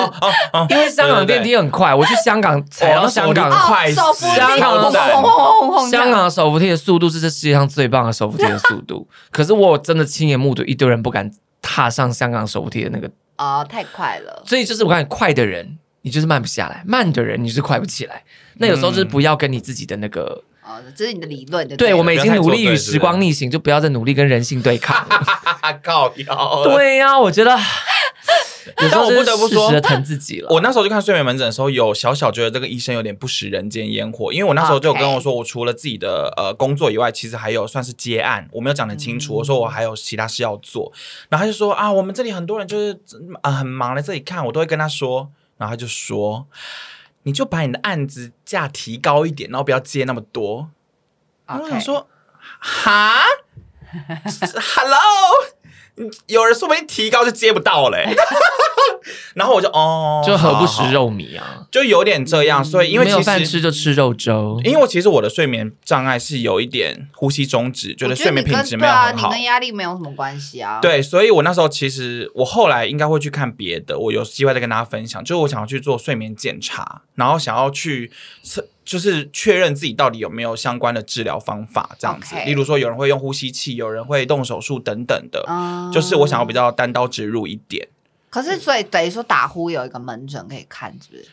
[SPEAKER 4] 因为香港电梯很快，我去香港踩到香港
[SPEAKER 2] 我要手
[SPEAKER 3] 哦，
[SPEAKER 2] 快
[SPEAKER 3] 手扶
[SPEAKER 2] 死
[SPEAKER 3] 梯
[SPEAKER 4] 香港
[SPEAKER 3] 轰
[SPEAKER 4] 站
[SPEAKER 3] 轰轰轰轰轰这样
[SPEAKER 4] 香港的手扶梯的速度是这世界上最棒的手扶梯的速度。 可是我真的亲眼目睹一堆人不敢踏上香港手扶梯的那个
[SPEAKER 3] 啊，太快了。
[SPEAKER 4] 所以就是我看快的人，你就是慢不下来；慢的人，你就是快不起来。那有时
[SPEAKER 2] 嗯
[SPEAKER 4] 候就是不要跟你自己的那个，
[SPEAKER 3] 哦，这是你的理论的。
[SPEAKER 4] 对我们已经努力
[SPEAKER 2] 不要
[SPEAKER 4] 与
[SPEAKER 2] 太作对
[SPEAKER 4] 时光逆行，就不要再努力跟人性对抗 了。
[SPEAKER 2] 啊，靠腰。，
[SPEAKER 4] 对呀、我觉得 有时候
[SPEAKER 2] 但我不得
[SPEAKER 4] 就
[SPEAKER 2] 不说
[SPEAKER 4] 是适时的疼自己了。
[SPEAKER 2] 我那时候去看睡眠门诊的时候，有小小觉得这个医生有点不食人间烟火，因为我那时候就有跟
[SPEAKER 4] 啊
[SPEAKER 2] 我说，我除了自己的呃工作以外，其实还有算是接案，我没有讲得很清楚，我说我还有其他事要做，然后他就说啊，我们这里很多人就是啊、呃很忙来这里看，我都会跟他说，然后他就说，你就把你的案子价提高一点，然后不要接那么多。然后我想
[SPEAKER 3] OK
[SPEAKER 2] 啊说，哈，Hello，嗯有人说不定提高就接不到嘞、 然后我就哦，
[SPEAKER 4] 就何不
[SPEAKER 2] 好
[SPEAKER 4] 食，
[SPEAKER 2] 好好
[SPEAKER 4] 肉糜啊！
[SPEAKER 2] 就有点这样。所以因为
[SPEAKER 4] 没有
[SPEAKER 2] 其
[SPEAKER 4] 饭吃
[SPEAKER 2] 实，
[SPEAKER 4] 就吃肉粥，
[SPEAKER 2] 因为我其实我的睡眠障碍是有一点呼吸中止，觉
[SPEAKER 3] 我
[SPEAKER 2] 得
[SPEAKER 3] 觉
[SPEAKER 2] 睡
[SPEAKER 3] 得你
[SPEAKER 2] 眠品
[SPEAKER 3] 跟
[SPEAKER 2] 质
[SPEAKER 3] 对
[SPEAKER 2] 没有
[SPEAKER 3] 啊，
[SPEAKER 2] 很
[SPEAKER 3] 你
[SPEAKER 2] 好。
[SPEAKER 3] 跟压力没有什么关系啊。，
[SPEAKER 2] 对，所以我那时候其实我后来应该会去看别的，我有机会再跟大家分享。就是我想要去做睡眠检查，然后想要去测，就是确认自己到底有没有相关的治疗方法这样子。
[SPEAKER 3] OK
[SPEAKER 2] 例如说，有人会用呼吸器，有人会动手术等等的。
[SPEAKER 3] 嗯
[SPEAKER 2] 就是我想要比。较单刀直入一点，
[SPEAKER 3] 可是所以等于说打呼有一个门诊可以看，是不是？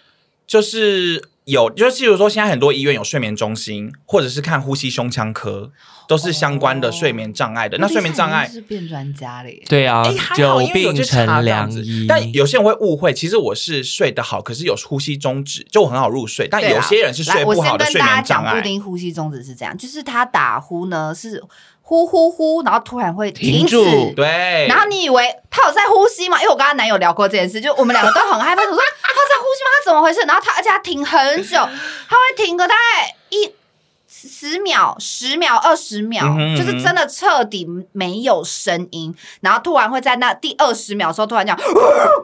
[SPEAKER 2] 就是。有，就是譬如说，现在很多医院有睡眠中心，或者是看呼吸胸腔科，都是相关
[SPEAKER 3] 哦
[SPEAKER 2] 的睡眠障碍的。那睡眠障碍
[SPEAKER 3] 是变专家了耶。
[SPEAKER 4] 对啊
[SPEAKER 2] 哎，还好
[SPEAKER 4] 久
[SPEAKER 2] 因为有
[SPEAKER 4] 病
[SPEAKER 2] 去查
[SPEAKER 4] 成
[SPEAKER 2] 这样
[SPEAKER 4] 良
[SPEAKER 2] 子
[SPEAKER 4] 医。
[SPEAKER 2] 但有些人会误会，其实我是睡得好，可是有呼吸中止，就我很好入睡。但
[SPEAKER 3] 对
[SPEAKER 2] 有
[SPEAKER 3] 啦
[SPEAKER 2] 些人是睡
[SPEAKER 3] 来我
[SPEAKER 2] 不
[SPEAKER 3] 先
[SPEAKER 2] 好的
[SPEAKER 3] 跟
[SPEAKER 2] 睡
[SPEAKER 3] 大家
[SPEAKER 2] 眠障
[SPEAKER 3] 讲，布
[SPEAKER 2] 碍。
[SPEAKER 3] 丁呼吸中止是这样，就是他打呼呢是呼呼呼，然后突然会停
[SPEAKER 4] 停住
[SPEAKER 3] 止，
[SPEAKER 2] 对，
[SPEAKER 3] 然后你以为他有在呼吸吗？因为我跟她男友聊过这件事，就我们两个都很害怕，我说
[SPEAKER 2] 嗯
[SPEAKER 3] 他在呼吸吗？他怎么回事？然后他而且他停很久，他会停个大概一十秒、十秒、二十秒，
[SPEAKER 2] 嗯哼
[SPEAKER 3] 就是真的彻底没有声音，然后突然会在那第二十秒的时候突然讲，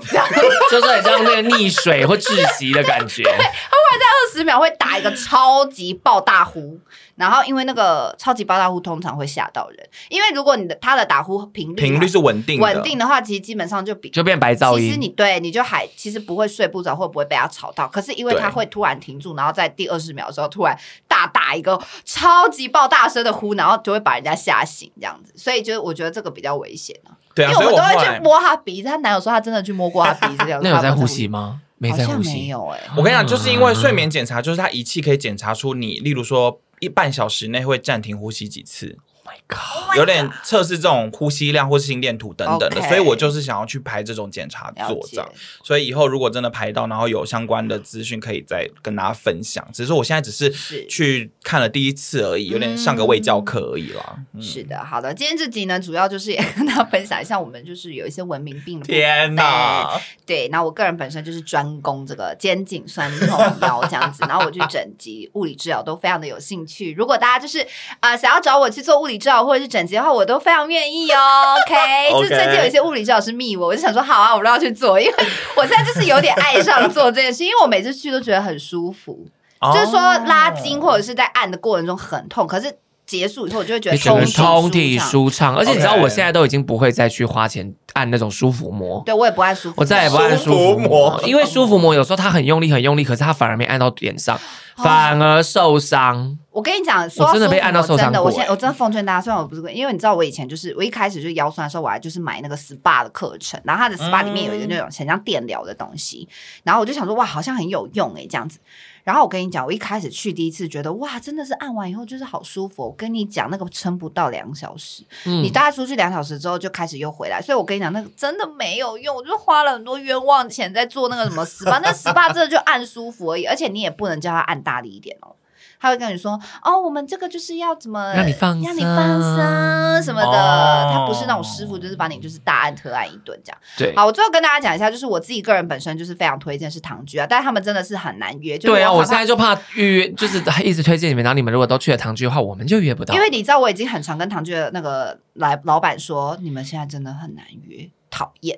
[SPEAKER 3] 这样
[SPEAKER 4] 就是很像那个溺水或窒息的感觉。
[SPEAKER 3] 二十秒会打一个超级爆大呼，然后因为那个超级爆大呼通常会吓到人，因为如果你的他的打呼频率啊
[SPEAKER 2] 频率是稳定的，
[SPEAKER 3] 稳定的话，其实基本上就比
[SPEAKER 4] 就变白噪
[SPEAKER 3] 其实
[SPEAKER 4] 音。
[SPEAKER 3] 你对你就还其实不会睡不着，或不会被他吵到。可是因为
[SPEAKER 2] 对
[SPEAKER 3] 他会突然停住，然后在第二十秒的时候突然大打一个超级爆大声的呼，然后就会把人家吓醒这样子。所以就是我觉得这个比较危险啊，
[SPEAKER 2] 对
[SPEAKER 3] 因
[SPEAKER 2] 啊，
[SPEAKER 3] 为
[SPEAKER 2] 所以
[SPEAKER 3] 们
[SPEAKER 2] 我
[SPEAKER 3] 都
[SPEAKER 2] 后
[SPEAKER 3] 会
[SPEAKER 2] 来
[SPEAKER 3] 去摸他鼻子。她男友说他真的去摸过他鼻子，这样子
[SPEAKER 4] 那有
[SPEAKER 3] 她
[SPEAKER 4] 在
[SPEAKER 3] 不
[SPEAKER 4] 呼
[SPEAKER 3] 是
[SPEAKER 4] 吸吗？没
[SPEAKER 3] 好
[SPEAKER 4] 在
[SPEAKER 3] 像
[SPEAKER 4] 呼
[SPEAKER 3] 没
[SPEAKER 4] 吸。
[SPEAKER 3] 有哎、
[SPEAKER 2] 我跟你讲，就是因为睡
[SPEAKER 4] 嗯
[SPEAKER 2] 眠检查，就是它仪器可以检查出你，例如说一半小时内会暂停呼吸几次，
[SPEAKER 4] ，Oh My
[SPEAKER 3] Oh
[SPEAKER 4] God，
[SPEAKER 2] 有点测试这种呼吸量或是心电图等等的，
[SPEAKER 3] OK
[SPEAKER 2] 所以我就是想要去排这种检查
[SPEAKER 3] 了
[SPEAKER 2] 做
[SPEAKER 3] 解
[SPEAKER 2] 这样。所以以后如果真的排到，然后有相关的资讯可以再跟大家分享。只是我现在只是
[SPEAKER 3] 是
[SPEAKER 2] 去看了第一次而
[SPEAKER 4] 嗯
[SPEAKER 2] 已，有点上个卫教课而已啦。嗯
[SPEAKER 3] 是的，好的，今天这集呢，主要就是也跟大家分享一下我们就是有一些文明病的部分
[SPEAKER 2] 天哪！
[SPEAKER 3] 对，那我个人本身就是专攻这个肩颈酸痛腰这样子，然后我就整集物理治疗都非常的有兴趣。如果大家就是呃想要找我去做物理治疗或者是整集的话，我都非常愿意哦。OK，就是最近有一些物理治疗师密我，我就想说好啊，我都要去做，因为我现在就是有点爱上做这件事，因为我每次去都觉得很舒服，
[SPEAKER 2] 哦
[SPEAKER 3] 就是说拉筋或者是在按的过程中很痛，可是结束以后我就会觉得
[SPEAKER 4] 你整个通
[SPEAKER 3] 体
[SPEAKER 4] 体舒
[SPEAKER 3] 舒畅。
[SPEAKER 4] 畅，而且你知道
[SPEAKER 2] OK
[SPEAKER 4] 我现在都已经不会再去花钱按那种舒服膜，
[SPEAKER 3] 对，我也不爱舒服，
[SPEAKER 4] 我再也不按舒
[SPEAKER 2] 舒
[SPEAKER 4] 服
[SPEAKER 2] 服
[SPEAKER 4] 膜
[SPEAKER 2] 膜，
[SPEAKER 4] 因为舒服膜有时候它很用力很用力，可是它反而没按到点
[SPEAKER 3] 哦
[SPEAKER 4] 上，反而受伤。
[SPEAKER 3] 我跟你讲，说到
[SPEAKER 4] 真的被
[SPEAKER 3] 舒服
[SPEAKER 4] 按到受伤
[SPEAKER 3] 真的，
[SPEAKER 4] 过
[SPEAKER 3] 我现在
[SPEAKER 4] 欸
[SPEAKER 3] 我真的奉劝大家，虽然我不是个，因为你知道我以前就是我一开始就腰酸的时候，我还就是买那个 SPA 的课程，然
[SPEAKER 4] 嗯
[SPEAKER 3] 后它的 SPA 里面有一个那种很像电疗的东西，然后我就想说哇，好像很有用诶、欸这样子。然后我跟你讲，我一开始去第一次觉得哇，真的是按完以后就是好舒服哦。我跟你讲，那个撑不到两小时，
[SPEAKER 4] 嗯
[SPEAKER 3] 你大概出去两小时之后就开始又回来，所以我跟你讲，那个真的没有用，我就花了很多冤枉钱在做那个什么 SPA，那 SPA 真的就按舒服而已，而且你也不能叫他按大力一点哦。他会跟你说：“哦，我们这个就是要怎么
[SPEAKER 4] 让你放
[SPEAKER 3] 让你放松
[SPEAKER 4] 松
[SPEAKER 3] 什么的。
[SPEAKER 2] 哦
[SPEAKER 3] 他不是那种师傅，就是把你就是大按特按一顿这样。
[SPEAKER 4] 对
[SPEAKER 3] 好，我最后跟大家讲一下，就是我自己个人本身就是非常推荐是唐居啊，但是他们真的是很难约。就是
[SPEAKER 4] 对啊，
[SPEAKER 3] 我
[SPEAKER 4] 我
[SPEAKER 3] 很
[SPEAKER 4] 现
[SPEAKER 3] 怕
[SPEAKER 4] 在就怕预约，就是一直推荐你们，然后你们如果都去了唐居的话，我们就约不到。
[SPEAKER 3] 因为你知道，我已经很常跟唐居的那个来老板说，你们现在真的很难约，讨厌，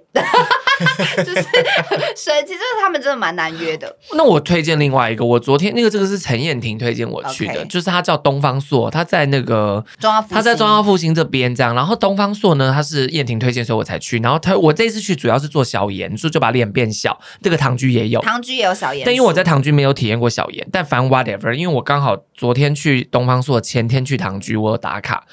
[SPEAKER 3] 就是神奇，就是他们真的蛮难约的。
[SPEAKER 4] 那我推荐另外一个，我昨天那个这个是陈燕婷推荐我去的
[SPEAKER 3] OK
[SPEAKER 4] 就是她叫东方朔，她在那个
[SPEAKER 3] 中央复兴
[SPEAKER 4] 他在中央复兴这边这样，然后东方朔呢，他是燕婷推荐，所以我才去。然后他我这次去主要是做小颜，所以就把脸变小。这个唐居也有，
[SPEAKER 3] 唐居也有小严肃，
[SPEAKER 4] 但因为我在唐居没有体验过小颜，但凡 whatever，因为我刚好昨天去东方朔，前天去唐居，我有打卡。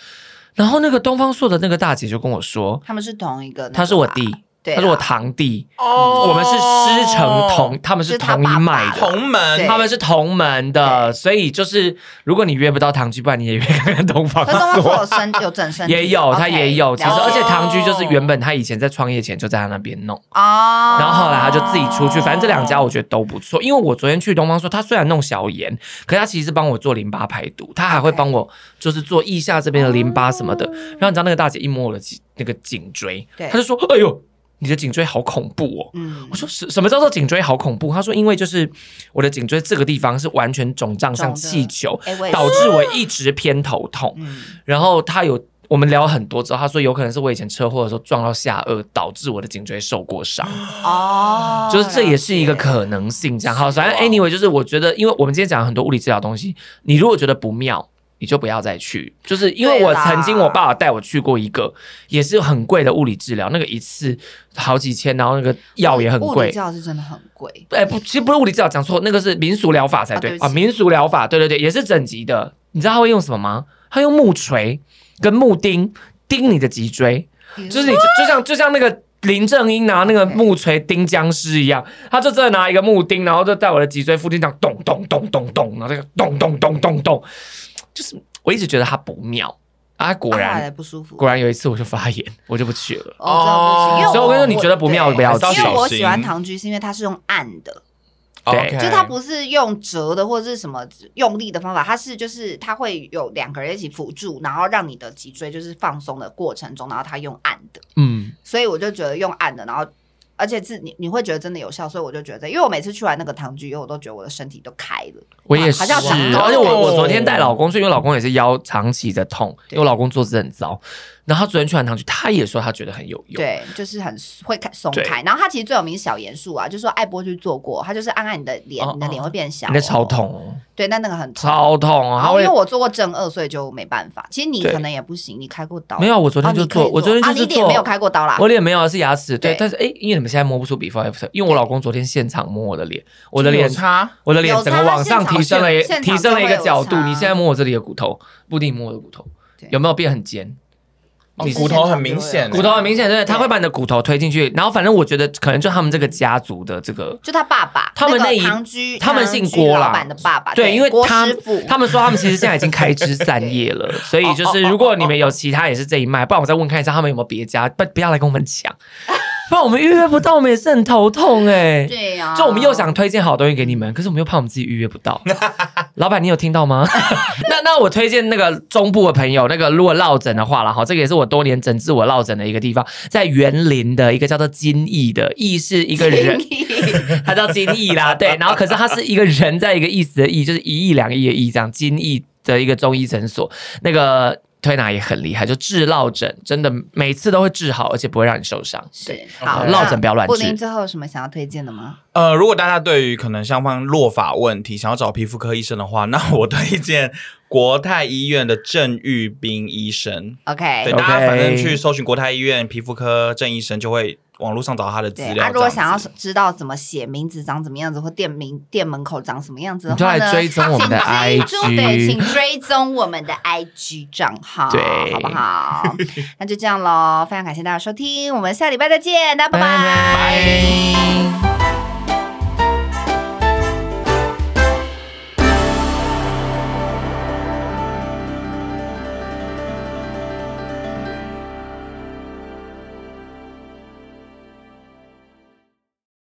[SPEAKER 4] 然后那个东方朔的那个大姐就跟我说，
[SPEAKER 3] 他们是同一个那个吧，
[SPEAKER 4] 他是我弟，
[SPEAKER 3] 对啊，
[SPEAKER 4] 他是我堂弟，
[SPEAKER 2] 哦
[SPEAKER 4] 我们是师承同，他们是
[SPEAKER 3] 是他
[SPEAKER 4] 同一
[SPEAKER 3] 爸爸
[SPEAKER 4] 脉的。
[SPEAKER 2] 同门
[SPEAKER 3] 对
[SPEAKER 4] 他们是同门的，所以就是如果你约不到唐居，不然你也约看看东方
[SPEAKER 3] 可是东
[SPEAKER 4] 朔
[SPEAKER 3] 方朔。有身有整身体
[SPEAKER 4] 也有，他
[SPEAKER 3] OK，
[SPEAKER 4] 也有。其实，
[SPEAKER 3] 了解
[SPEAKER 4] 而且唐居就是原本他以前在创业前就在他那边弄，
[SPEAKER 3] 哦，
[SPEAKER 4] 然后后来他就自己出去。反正这两家我觉得都不错，因为我昨天去东方说，他虽然弄小盐，可他其实是帮我做淋巴排毒，他还会
[SPEAKER 3] OK
[SPEAKER 4] 帮我就是做腋下这边的淋巴什么的。然后你知道那个大姐一摸我的颈那个颈椎，
[SPEAKER 3] 对
[SPEAKER 4] 她就说：“哎呦，你的颈椎好恐怖哦。”
[SPEAKER 3] 嗯
[SPEAKER 4] 我，说什什么叫做颈椎好恐怖？他说因为就是我的颈椎这个地方是完全肿胀像
[SPEAKER 3] 肿的
[SPEAKER 4] 气球，
[SPEAKER 3] 哎，我也是
[SPEAKER 4] 导致我一直偏头痛。
[SPEAKER 3] 嗯，
[SPEAKER 4] 然后他有我们聊很多之后，他说有可能是我以前车祸的时候撞到下颚，导致我的颈椎受过伤，
[SPEAKER 3] 哦，
[SPEAKER 4] 就是这也是一个
[SPEAKER 3] 了解
[SPEAKER 4] 可能性。这样好，哎
[SPEAKER 3] 是哦
[SPEAKER 4] 反正 anyway，就是我觉得，因为我们今天讲了很多物理治疗的东西，你如果觉得不妙。你就不要再去，就是因为
[SPEAKER 3] 对
[SPEAKER 4] 我
[SPEAKER 3] 啦
[SPEAKER 4] 曾经我爸爸带我去过一个也是很贵的物理治疗，那个一次好几千，然后那个药也很
[SPEAKER 3] 物
[SPEAKER 4] 贵
[SPEAKER 3] 理，教是真的很贵，
[SPEAKER 4] 哎、不，其实不是物理治疗，讲错，那个是民俗疗法才对
[SPEAKER 3] 啊对
[SPEAKER 4] 啊
[SPEAKER 3] 不起
[SPEAKER 4] 民俗疗法，对对对，也是整脊的。你知道他会用什么吗？他用木锤跟木钉钉你的脊椎，就是你就就像就像那个林正英拿那个木锤钉僵尸一样，他就真的拿一个木钉，然后就在我的脊椎附近这样咚咚咚咚咚，然后这个咚咚咚咚咚，就是我一直觉得他不妙啊，果
[SPEAKER 3] 啊
[SPEAKER 4] 然、
[SPEAKER 3] 来不舒服，
[SPEAKER 4] 果然有一次我就发炎，我就不去了。
[SPEAKER 3] 哦，这样不行因为
[SPEAKER 4] 所以我跟你说，你觉得不妙
[SPEAKER 3] 对
[SPEAKER 4] 不要去
[SPEAKER 2] 还。是
[SPEAKER 3] 因为我
[SPEAKER 2] 小心
[SPEAKER 3] 喜欢唐居，是因为它是用按的，
[SPEAKER 4] 对
[SPEAKER 2] 哦 OK
[SPEAKER 3] 就是它不是用折的或者是什么用力的方法，它是就是它会有两个人一起辅助，然后让你的脊椎就是放松的过程中，然后它用按的，
[SPEAKER 4] 嗯，
[SPEAKER 3] 所以我就觉得用按的，然后。而且是你你会觉得真的有效，所以我就觉得，因为我每次去完那个唐菊以后，我都觉得我的身体都开了。
[SPEAKER 4] 我也是，
[SPEAKER 3] 好像长高哦了
[SPEAKER 4] 而且我我昨天带老公去，因为老公也是腰长期的痛，因为我老公坐姿很糟。然后他昨天去完堂去，他也说他觉得很有用。，
[SPEAKER 3] 对，就是很会开松
[SPEAKER 4] 对
[SPEAKER 3] 开。然后它其实最有名是小盐素啊，就说艾波去做过，它就是按按你的脸，
[SPEAKER 4] 哦
[SPEAKER 3] 你的脸会变小、
[SPEAKER 4] 你的超。痛哦，
[SPEAKER 3] 对，那那个很痛。
[SPEAKER 4] 超痛哦，
[SPEAKER 3] 然
[SPEAKER 4] 他
[SPEAKER 3] 后
[SPEAKER 4] 会
[SPEAKER 3] 因为我做过正二，所以就没办法。其实你
[SPEAKER 4] 对
[SPEAKER 3] 可能也不行，你开过刀
[SPEAKER 4] 没有，？啊我昨天
[SPEAKER 3] 哦
[SPEAKER 4] 就
[SPEAKER 3] 你可以
[SPEAKER 4] 做，我昨天
[SPEAKER 3] 啊
[SPEAKER 4] 就
[SPEAKER 3] 你
[SPEAKER 4] 是
[SPEAKER 3] 脸
[SPEAKER 4] 做
[SPEAKER 3] 没有，开过刀啦。
[SPEAKER 4] 我脸没有是牙齿，对
[SPEAKER 3] 对，
[SPEAKER 4] 但是哎，因为你们现在摸不出 before after，因为我老公昨天现场摸我的脸，我的
[SPEAKER 2] 有
[SPEAKER 4] 脸
[SPEAKER 2] 差，
[SPEAKER 4] 我的脸
[SPEAKER 3] 有
[SPEAKER 4] 整个
[SPEAKER 3] 差
[SPEAKER 4] 往上
[SPEAKER 3] 现场
[SPEAKER 4] 提升了一，
[SPEAKER 3] 现
[SPEAKER 4] 提
[SPEAKER 3] 场
[SPEAKER 4] 升了一个
[SPEAKER 3] 就会有
[SPEAKER 4] 角度。
[SPEAKER 3] 差
[SPEAKER 4] 你现在摸我这里的骨头，不一定摸我的骨头
[SPEAKER 3] 对，
[SPEAKER 4] 有没有变很尖？
[SPEAKER 7] 哦
[SPEAKER 4] 你
[SPEAKER 7] 骨头很明显，啊
[SPEAKER 4] 骨头很明显，对，他会把你的骨头推进去。然后反正我觉得可能就他们这个家族的这个，
[SPEAKER 3] 就他爸爸，
[SPEAKER 4] 他们
[SPEAKER 3] 那
[SPEAKER 4] 那一
[SPEAKER 3] 个唐居，
[SPEAKER 4] 他们
[SPEAKER 3] 唐
[SPEAKER 4] 姓
[SPEAKER 3] 居
[SPEAKER 4] 郭啦
[SPEAKER 3] 老板的爸爸，
[SPEAKER 4] 对，因为
[SPEAKER 3] 郭
[SPEAKER 4] 他
[SPEAKER 3] 师傅，哦
[SPEAKER 4] 他们说他们其实现在已经开枝散叶 了，所以就是如果你们有其他也是这一脉，不然我再问看一下他们有没有别家，不不要来跟我们抢，不然我们预约不到，我们也是很头痛哎、
[SPEAKER 3] 对啊呀、
[SPEAKER 4] 就我们又 想推荐好东西给你们，可是我们又怕我们自己预约不到。老板，你有听到吗？ 那那我推荐那个中部的朋友，那个如果落枕的话啦，哈，这个也是我多年诊治我落枕的一个地方，在园林的一个叫做金翼的翼是一个人， 他叫金翼啦，对，然后可是他是一个人在一个意思的意，就是一亿两个亿的亿这样，金翼的一个中医诊所，那个。推拿也很厉害，就治落枕，真的每次都会治好，而且不会让你受伤。
[SPEAKER 3] 是好
[SPEAKER 4] 嗯 落枕不要乱
[SPEAKER 3] 布
[SPEAKER 4] 治
[SPEAKER 3] 丁最后有什么想要推荐的吗？
[SPEAKER 2] 呃，如果大家对于可能相关落发问题想要找皮肤科医生的话，那我推荐国泰医院的郑玉斌医生。
[SPEAKER 3] OK，
[SPEAKER 2] 对，
[SPEAKER 4] OK
[SPEAKER 2] 大家反正去搜寻国泰医院皮肤科郑医生，就会网络上找到他的资
[SPEAKER 3] 对，
[SPEAKER 2] 料。
[SPEAKER 3] 啊，如果
[SPEAKER 2] 这
[SPEAKER 3] 想
[SPEAKER 2] 样
[SPEAKER 3] 要
[SPEAKER 2] 子
[SPEAKER 3] 知道怎么写名字长怎么样子，或店名店门口长什么样子
[SPEAKER 4] 你
[SPEAKER 3] 的
[SPEAKER 4] 就
[SPEAKER 3] 话
[SPEAKER 4] 来
[SPEAKER 3] 呢，
[SPEAKER 4] 追踪我们的
[SPEAKER 3] 请追踪
[SPEAKER 4] IG
[SPEAKER 3] 对，请追踪我们的 IG 账号，
[SPEAKER 4] 对
[SPEAKER 3] 好不好？ 那就这样喽，非常感谢大家收听，我们下礼拜再见，大家拜拜。
[SPEAKER 4] 拜